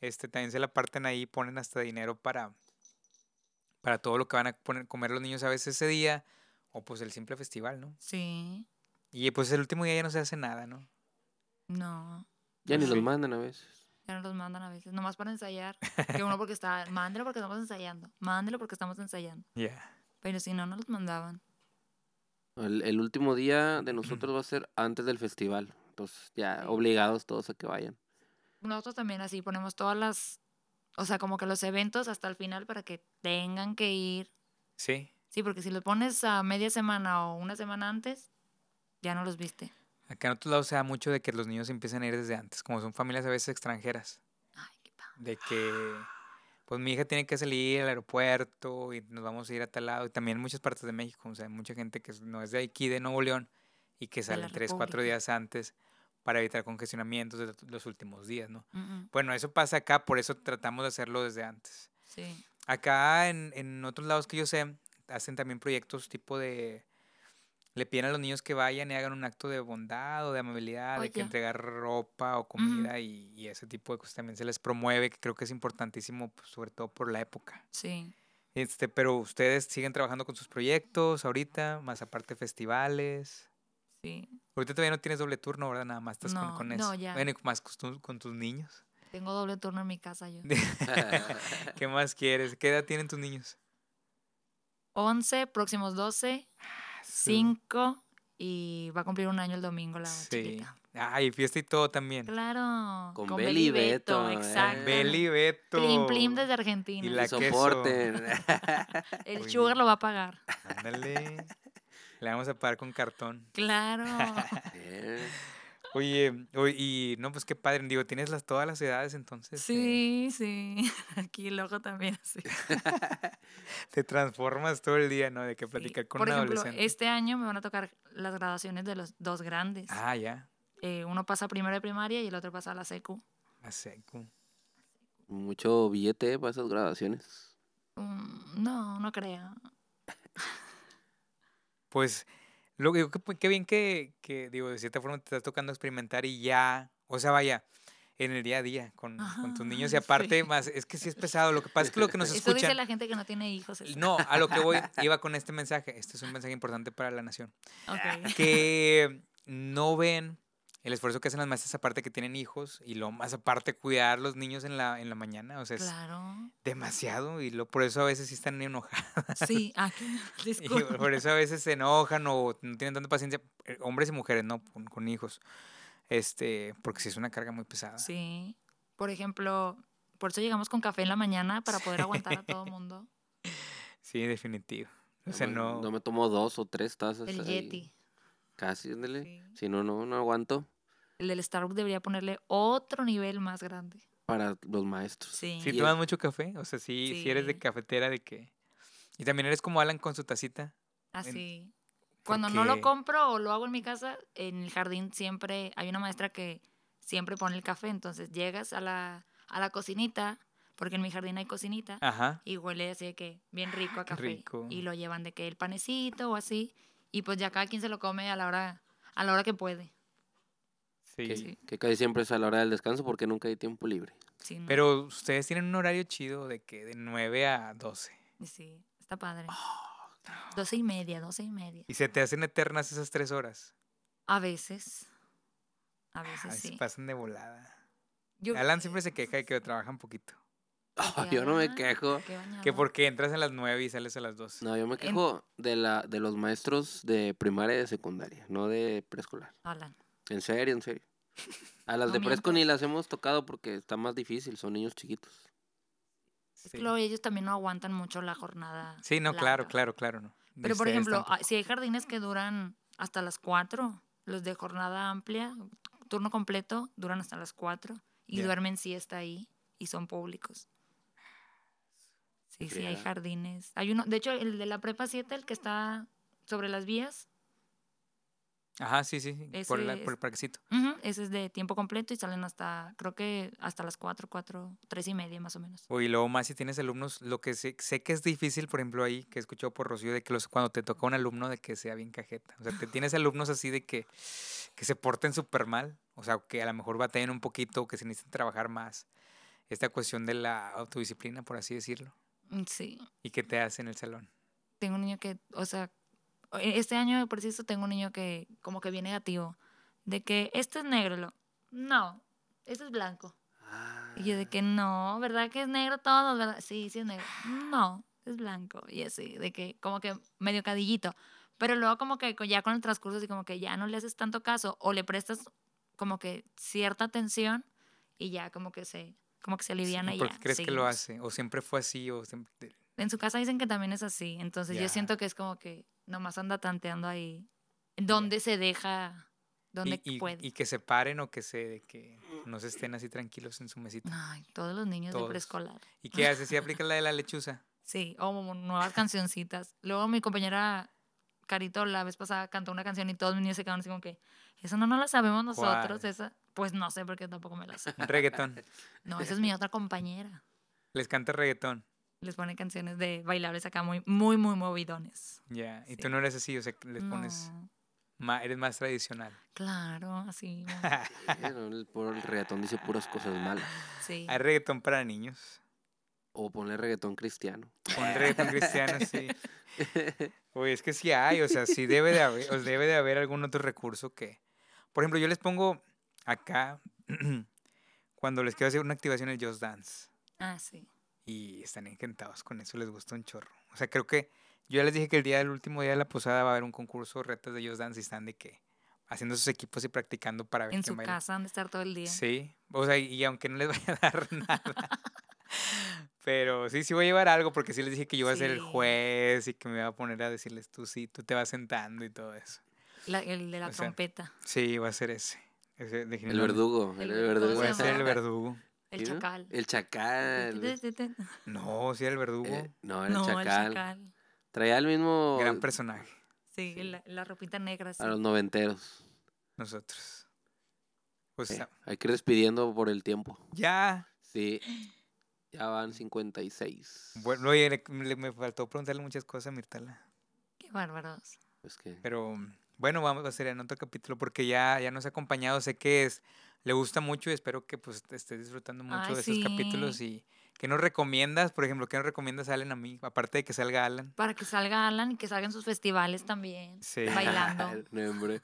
S1: este, también se la parten ahí y ponen hasta dinero para, para todo lo que van a poner, comer los niños a veces ese día o pues el simple festival, ¿no?
S3: Sí.
S1: Y pues el último día ya no se hace nada, ¿no?
S3: No.
S2: Ya ni los
S1: Sí.
S2: mandan a veces.
S3: Ya no los mandan a veces. Nomás para ensayar. Que uno porque está. Mándelo porque estamos ensayando. Mándelo porque estamos ensayando.
S1: Ya.
S3: Pero si no, no los mandaban.
S2: El, el último día de nosotros va a ser antes del festival. Entonces, ya
S3: Sí.
S2: obligados todos a que vayan.
S3: Nosotros también así ponemos todas las. O sea, como que los eventos hasta el final para que tengan que ir.
S1: Sí.
S3: Sí, porque si los pones a media semana o una semana antes, ya no los viste.
S1: Acá en otros lados se da mucho de que los niños empiezan a ir desde antes, como son familias a veces extranjeras,
S3: Ay, qué padre.
S1: de que pues mi hija tiene que salir al aeropuerto y nos vamos a ir a tal lado, y también en muchas partes de México, o sea, hay mucha gente que es- no es de aquí, de Nuevo León, y que
S3: De la
S1: salen tres, cuatro
S3: República.
S1: días antes para evitar congestionamientos de los- los últimos días, ¿no?
S3: Mm, mm,
S1: Bueno, eso pasa acá, por eso tratamos de hacerlo desde antes.
S3: Sí.
S1: Acá en, en otros lados que yo sé, hacen también proyectos tipo de... Le piden a los niños que vayan y hagan un acto de bondad o de amabilidad, de que
S3: Oye.
S1: entregar ropa o comida y, y ese tipo de cosas también se les promueve, que creo que es importantísimo, pues, sobre todo por la época.
S3: Sí.
S1: Este, pero ustedes siguen trabajando con sus proyectos ahorita, más aparte festivales.
S3: Sí.
S1: Ahorita todavía no tienes doble turno, ¿verdad? Nada más estás con,
S3: No,
S1: con
S3: no,
S1: eso.
S3: ya.
S1: Bueno, y más con, tus- con tus niños.
S3: Tengo doble turno en mi casa yo.
S1: ¿Qué más quieres? ¿Qué edad tienen tus niños?
S3: 11, próximos 12,
S1: su-
S3: 5 y va a cumplir un año el domingo la chiquita.
S1: Ay, fiesta y todo también.
S3: Claro.
S2: Con Beli y Beto, ¿eh?
S3: Exacto.
S1: Beli Beto.
S3: Plim plim desde Argentina.
S1: Y la queso.
S2: soporten.
S1: Uy.
S3: El sugar lo va a pagar.
S1: Ándale. Le vamos a pagar con cartón.
S3: Claro.
S2: Eh,
S1: Oye, oye, y no, pues qué padre. Digo, tienes las, todas las edades entonces. eh,
S3: Sí, sí. Aquí el ojo también así.
S1: Te transformas todo el día, ¿no? De que platicar con
S3: Por
S1: un
S3: ejemplo,
S1: adolescente.
S3: este año me van a tocar las graduaciones de los dos grandes.
S1: Ah, ya.
S3: Eh, uno pasa a primero de primaria y el otro pasa a la secu.
S1: A seco.
S2: Mucho billete eh, para esas grabaciones.
S3: Mm, no, no creo.
S1: Pues, lo que digo, qué, qué bien que, que, digo, de cierta forma te estás tocando experimentar y ya. O sea, vaya, en el día a día con, con tus
S3: Ajá,
S1: niños. Y aparte,
S3: sí.
S1: más, es que sí es pesado. Lo que pasa es que lo que nos
S3: Eso dice
S1: escuchan.
S3: la gente que no tiene hijos. eso.
S1: No, a lo que voy, iba con este mensaje. Este es un mensaje importante para la nación. ah,
S3: Ok.
S1: Que no ven el esfuerzo que hacen las maestras, aparte que tienen hijos, y lo más aparte, cuidar los niños en la, en la mañana. O sea, es
S3: Claro.
S1: demasiado. Y lo, por eso a veces sí están enojados.
S3: Sí, ah,
S1: Y
S3: disculpa.
S1: por eso a veces se enojan o no tienen tanta paciencia, eh, hombres y mujeres, ¿no? Con, con hijos. Este, porque sí es una carga muy pesada.
S3: Sí. Por ejemplo, por eso llegamos con café en la mañana para poder aguantar a todo el mundo.
S1: Sí, definitivo. O
S2: No
S1: sea,
S2: me-
S1: no.
S2: No me tomo dos o tres tazas.
S1: Pues
S3: El
S2: ahí.
S3: Yeti.
S2: Casi, ándale.
S3: Sí.
S2: Si no, no, no aguanto.
S3: El del Starbucks debería ponerle otro nivel más grande.
S2: Para los maestros.
S3: Sí.
S1: Si
S2: Y
S1: tomas mucho café, o sea, si eres de
S3: Sí.
S1: cafetera, de que. Y también eres como Alan con su tacita.
S3: Así. Cuando no lo
S1: porque-
S3: compro o lo hago en mi casa, en el jardín siempre hay una maestra que siempre pone el café. Entonces llegas a la, a la cocinita, porque en mi jardín hay cocinita,
S1: Ajá.
S3: y huele así de que bien rico a café.
S1: rico.
S3: Y lo llevan de que el panecito o así. Y pues ya cada quien se lo come a la hora, a la hora que puede.
S1: Sí.
S2: Que,
S3: Sí.
S2: que casi siempre es a la hora del descanso porque nunca hay tiempo libre.
S3: Sí, no,
S1: Pero ustedes tienen un horario chido de que de 9 a 12.
S3: sí, está padre.
S1: Ah,
S3: Doce y media, doce y media.
S1: Y se te hacen eternas esas tres horas.
S3: A veces. A
S1: Ay,
S3: veces
S1: se
S3: sí.
S1: pasan de volada.
S3: Yo-
S1: Alan siempre se queja de que trabaja un poquito.
S3: Ay,
S2: yo no me
S3: Alan,
S2: quejo.
S3: qué
S1: Que
S3: bañado.
S1: porque entras a las 9 y sales a las 12.
S2: No, yo me quejo de, la, de los maestros de primaria y de secundaria, no de preescolar.
S3: Alan.
S2: En serio, en serio. A las
S3: No
S2: de preesco ni las
S3: mientas.
S2: hemos tocado porque está más difícil, son niños chiquitos.
S3: Es
S1: Sí.
S3: que luego ellos también no aguantan mucho la jornada.
S1: Sí, no, claro,
S3: larga.
S1: claro, claro, no. De
S3: Pero, por
S1: ustedes
S3: ejemplo,
S1: tampoco.
S3: ah, si hay jardines que duran hasta las 4, los de jornada amplia, turno completo, duran hasta las 4 y
S1: Ya.
S3: duermen siesta ahí y son públicos. Sí, sí, hay
S2: Friega.
S3: jardines. Hay uno, de hecho, el de la prepa 7, el que está sobre las vías,
S1: Ajá, sí, sí, sí, por, la-
S3: ese
S1: por el
S3: es-
S1: parquecito.
S3: ujú, ese es de tiempo completo y salen hasta, creo que hasta las 4, 4, 3 y media más o menos.
S1: O, Y luego más si tienes alumnos, lo que sé, sé que es difícil, por ejemplo, ahí, que he escuchado por Rocío, de que los, cuando te toca un alumno de que sea bien cajeta. O sea, te tienes alumnos así de que, que se porten súper mal, o sea, que a lo mejor batallen un poquito, que se necesiten trabajar más. Esta cuestión de la autodisciplina, por así decirlo.
S3: Mm, Sí.
S1: ¿Y qué te hace en el salón?
S3: tengo un niño que, o sea, e- este año preciso tengo un niño que como que viene negativo, de que este es negro, y lo, no, este es blanco. Y yo de que no, ¿verdad que es negro todo? ¿verdad? Sí, sí es negro. No, es blanco. Y así, de que como que medio cadillito. Pero luego como que co- ya con el transcurso, así como que ya no le haces tanto caso o le prestas como que cierta atención y ya como que se, como que se aliviana y
S1: ¿Por qué
S3: ya,
S1: crees que lo
S3: seguimos.
S1: hace? ¿O siempre fue así? ¿O siempre-
S3: En su casa dicen que también es así. Entonces
S1: Ya.
S3: yo siento que es como que nomás anda tanteando ahí. ¿Dónde se deja? ¿Dónde
S1: y, y-
S3: puede?
S1: y que se paren o que se de que no se estén así tranquilos en su mesita.
S3: Ay, todos los niños
S1: Todos.
S3: de preescolar.
S1: ¿Y qué haces? Si aplicas la de la lechuza.
S3: Sí, o mo- nuevas cancioncitas. Luego mi compañera Carito la vez pasada cantó una canción y todos los niños se quedaron así como que, eso no, no la sabemos nosotros,
S1: ¿Cuál?
S3: esa. Pues no sé porque tampoco me la sé.
S1: Un reggaetón.
S3: No, esa es mi otra compañera.
S1: Les canta reggaetón.
S3: Les pone canciones de bailables acá muy, muy, muy movidones.
S1: Ya. Y tú
S3: Sí.
S1: no eres así, o sea, que les pones.
S3: No,
S1: ma- eres más tradicional.
S3: claro, así. muy-
S2: Pero el, puro- el reggaetón dice puras cosas malas.
S3: Sí.
S1: Hay reggaetón para niños.
S2: O ponle reggaetón cristiano.
S1: Un reggaetón cristiano, sí. Oye, es que sí hay, o sea, sí debe de haber, o debe de haber algún otro recurso que. Por ejemplo, yo les pongo acá cuando les quiero hacer una activación el Just Dance.
S3: Ah, sí.
S1: y están encantados con eso, les gusta un chorro. O sea, creo que yo ya les dije que el día del último día de la posada va a haber un concurso, retas de ellos Dance y están de que haciendo sus equipos y practicando para ver
S3: En
S1: quién
S3: su
S1: baila.
S3: casa han de estar todo el día.
S1: Sí, o sea, y aunque no les vaya a dar nada. Pero sí, sí voy a llevar algo porque sí les dije que yo iba a ser el
S3: Sí.
S1: juez y que me iba a poner a decirles tú sí, tú te vas sentando y todo eso.
S3: La- el de la
S1: O sea,
S3: trompeta,
S1: Sí, va a ser ese. ese
S2: El
S1: definitivamente.
S2: verdugo. El,
S3: El verdugo,
S2: verdugo.
S1: Voy a
S3: se
S1: ser el
S3: llama?
S1: verdugo.
S3: el
S2: ¿Sí, no?
S3: chacal.
S2: El chacal.
S3: Tu, tu, tu, tu.
S1: No, sí, era el verdugo.
S2: Eh, no, era
S3: no,
S2: el chacal.
S3: el chacal.
S2: Traía el mismo
S1: Gran personaje,
S3: Sí, La, la ropita negra. sí.
S2: a los noventeros.
S1: nosotros. Pues
S2: Eh,
S1: está-
S2: hay que ir despidiendo por el tiempo.
S1: ya.
S2: Sí. Ya van 56.
S1: Bueno, oye, le- le- me faltó preguntarle muchas cosas a Mirtala.
S3: Qué bárbaros.
S2: Pues que
S1: Pero mm, bueno, vamos a hacer en otro capítulo porque ya, ya nos ha acompañado. Sé que es le gusta mucho y espero que pues te estés disfrutando mucho
S3: Ay,
S1: de estos
S3: sí.
S1: capítulos y ¿qué nos recomiendas? Por ejemplo, ¿qué nos recomiendas a Alan a mí? Aparte de que salga Alan.
S3: Para que salga Alan y que salgan sus festivales también.
S1: Sí.
S3: Bailando.
S2: No, hombre.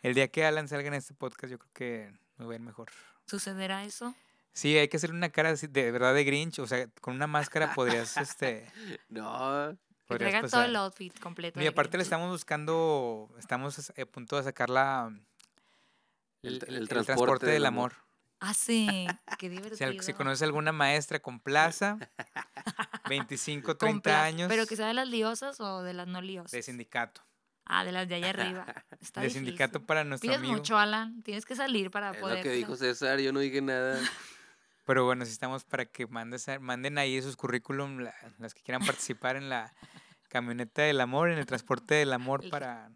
S1: El día que Alan salga en este podcast, yo creo que nos va a ir mejor.
S3: ¿Sucederá eso?
S1: Sí, hay que hacer una cara así de verdad de Grinch, o sea, con una máscara podrías este
S2: No.
S3: Que
S1: podrías
S3: traiga todo
S1: pasar.
S3: el outfit completo.
S1: Y
S3: de
S1: aparte le
S3: Grinch.
S1: estamos buscando, estamos a punto de sacar la
S2: El tra- el
S1: transporte,
S2: transporte
S1: del
S2: del
S1: amor.
S3: Ah, sí. Qué
S1: Si,
S3: divertido.
S1: al- si conoces alguna maestra con plaza, 25, 30
S3: Compla-
S1: años
S3: ¿Pero que sea de las liosas o de las no liosas?
S1: de sindicato.
S3: ah, de las de allá arriba. Está
S1: de
S3: difícil.
S1: sindicato para nuestro
S3: Pides
S1: amigo.
S3: mucho, Alan. Tienes que salir para
S2: Es
S3: poder.
S2: lo que dijo César, yo no dije nada.
S1: Pero bueno, si estamos para que mandes a- manden ahí sus currículum, la- las que quieran participar en la camioneta del amor, en el transporte del amor
S3: El-
S1: para...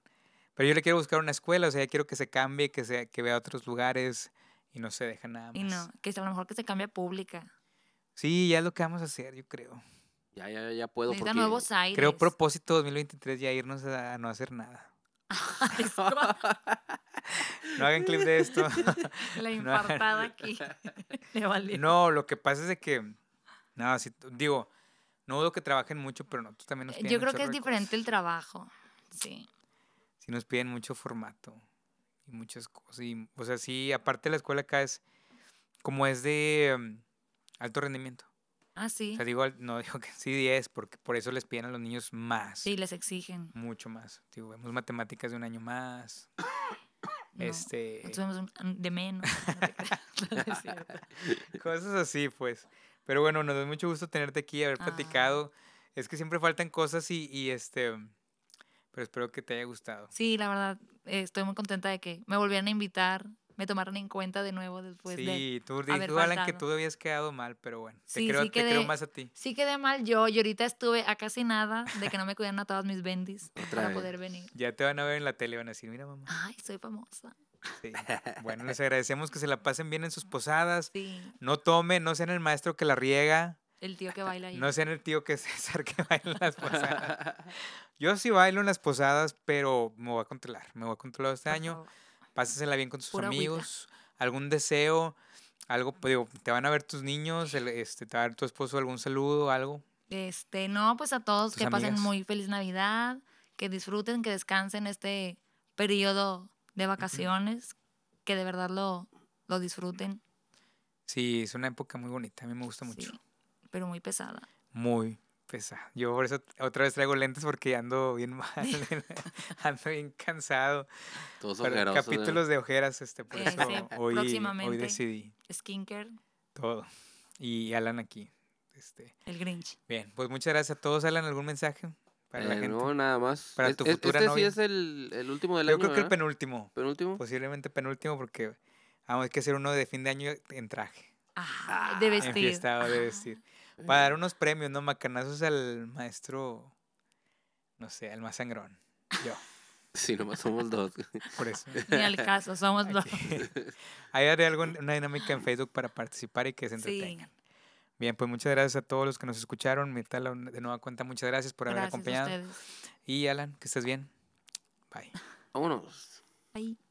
S1: Pero yo le quiero buscar una escuela, o sea, ya quiero que se cambie, que, sea, que vea otros lugares y no se deja nada más.
S3: Y no, que a lo mejor que se cambie a pública.
S1: Sí, ya es lo que vamos a hacer, yo creo.
S2: Ya, ya, ya puedo.
S3: Necesita
S2: Porque...
S3: nuevos aires.
S1: Creo propósito 2023 ya irnos a, a no hacer nada. No hagan clip de esto.
S3: La infartada aquí. Le valió.
S1: no, lo que pasa es de que, no, si, digo, no dudo que trabajen mucho, pero no, tú también nos piden
S3: Eh, Yo
S1: un
S3: creo que
S1: chorro
S3: es
S1: de
S3: diferente
S1: cosas.
S3: el trabajo. Sí.
S1: sí nos piden mucho formato y muchas cosas. Y, o sea, sí, aparte la escuela acá es como es de em, alto rendimiento.
S3: Ah,
S1: O
S3: sí.
S1: sea, digo, al- no digo que sí 10, porque por eso les piden a los niños más.
S3: Sí, les exigen.
S1: Mucho más. Digo, vemos matemáticas de un año más.
S3: No,
S1: Este.
S3: nosotros vemos un- de menos. no te creas, no es cierto.
S1: Cosas así, pues. Pero bueno, nos da mucho gusto tenerte aquí, haber
S3: Ah.
S1: platicado. Es que siempre faltan cosas y, y este. Pero espero que te haya gustado.
S3: Sí, la verdad, eh, estoy muy contenta de que me volvieran a invitar, me tomaron en cuenta de nuevo después de...
S1: sí, tú, di-
S3: haber
S1: tú, Alan, que
S3: faltado.
S1: tú habías quedado mal, pero bueno, te,
S3: Sí,
S1: creo,
S3: sí
S1: te creo
S3: quedé-
S1: más a ti.
S3: Sí quedé mal yo y ahorita estuve a casi nada de que no me cuidaron a todas mis bendis para
S2: vez.
S3: poder venir.
S1: Ya te van a ver en la tele, van a decir, mira mamá.
S3: Ay, soy famosa.
S1: Sí. Bueno, les agradecemos que se la pasen bien en sus posadas.
S3: Sí,
S1: No tomen, no sean el maestro que la riega,
S3: el tío que baila ahí.
S1: no sean el tío que es César que baila en las posadas. Yo sí bailo en las posadas, pero me voy a controlar, me voy a controlar este
S3: por
S1: año.
S3: favor.
S1: Pásensela bien con sus
S3: Pura agüita.
S1: amigos, algún deseo, algo, pues, digo, te van a ver tus niños, el- este, te va a ver tu esposo algún saludo, algo.
S3: Este, no, pues a todos
S1: Tus
S3: que pasen
S1: amigas.
S3: muy feliz Navidad, que disfruten, que descansen este periodo de vacaciones, que de verdad lo, lo disfruten.
S1: Sí, es una época muy bonita, a mí me gusta mucho.
S3: sí, pero muy pesada.
S1: Muy pesada. Yo por eso otra vez traigo lentes porque ando bien mal, ando bien cansado.
S2: Todos
S1: Pero
S2: ojerosos, ¿eh?
S1: capítulos de ojeras, este, por
S3: Eh,
S1: eso
S3: sí,
S1: hoy, hoy
S3: próximamente.
S1: decidí
S3: Skincare,
S1: todo. Y Alan aquí. Este.
S3: el Grinch.
S1: Bien, pues muchas gracias a todos. Alan, ¿algún mensaje para la
S2: Eh,
S1: gente?
S2: No, nada más.
S1: Para tu futura
S2: este
S1: novia.
S2: sí es el, el último del
S1: Yo
S2: año,
S1: creo que el
S2: ¿verdad?
S1: penúltimo,
S2: penúltimo.
S1: posiblemente penúltimo, porque vamos, hay que hacer uno de fin de año en traje,
S3: Ah, de vestir.
S1: enfiestado de
S3: Ah, Mm.
S1: vestir. Para dar unos premios, ¿no? Macanazos al maestro, no sé, al más sangrón. Yo,
S2: Sí, nomás somos dos.
S1: por eso.
S3: Ni al caso, somos los.
S1: Aquí. Ahí haré algo, una dinámica en Facebook para participar y que se
S3: Sí,
S1: entretengan. Bien, pues muchas gracias a todos los que nos escucharon. Mirtala, un- de nueva cuenta, muchas gracias por haber
S3: gracias a
S1: acompañado.
S3: ustedes.
S1: Y Alan, que estés bien. Bye.
S2: Vámonos.
S3: Ahí.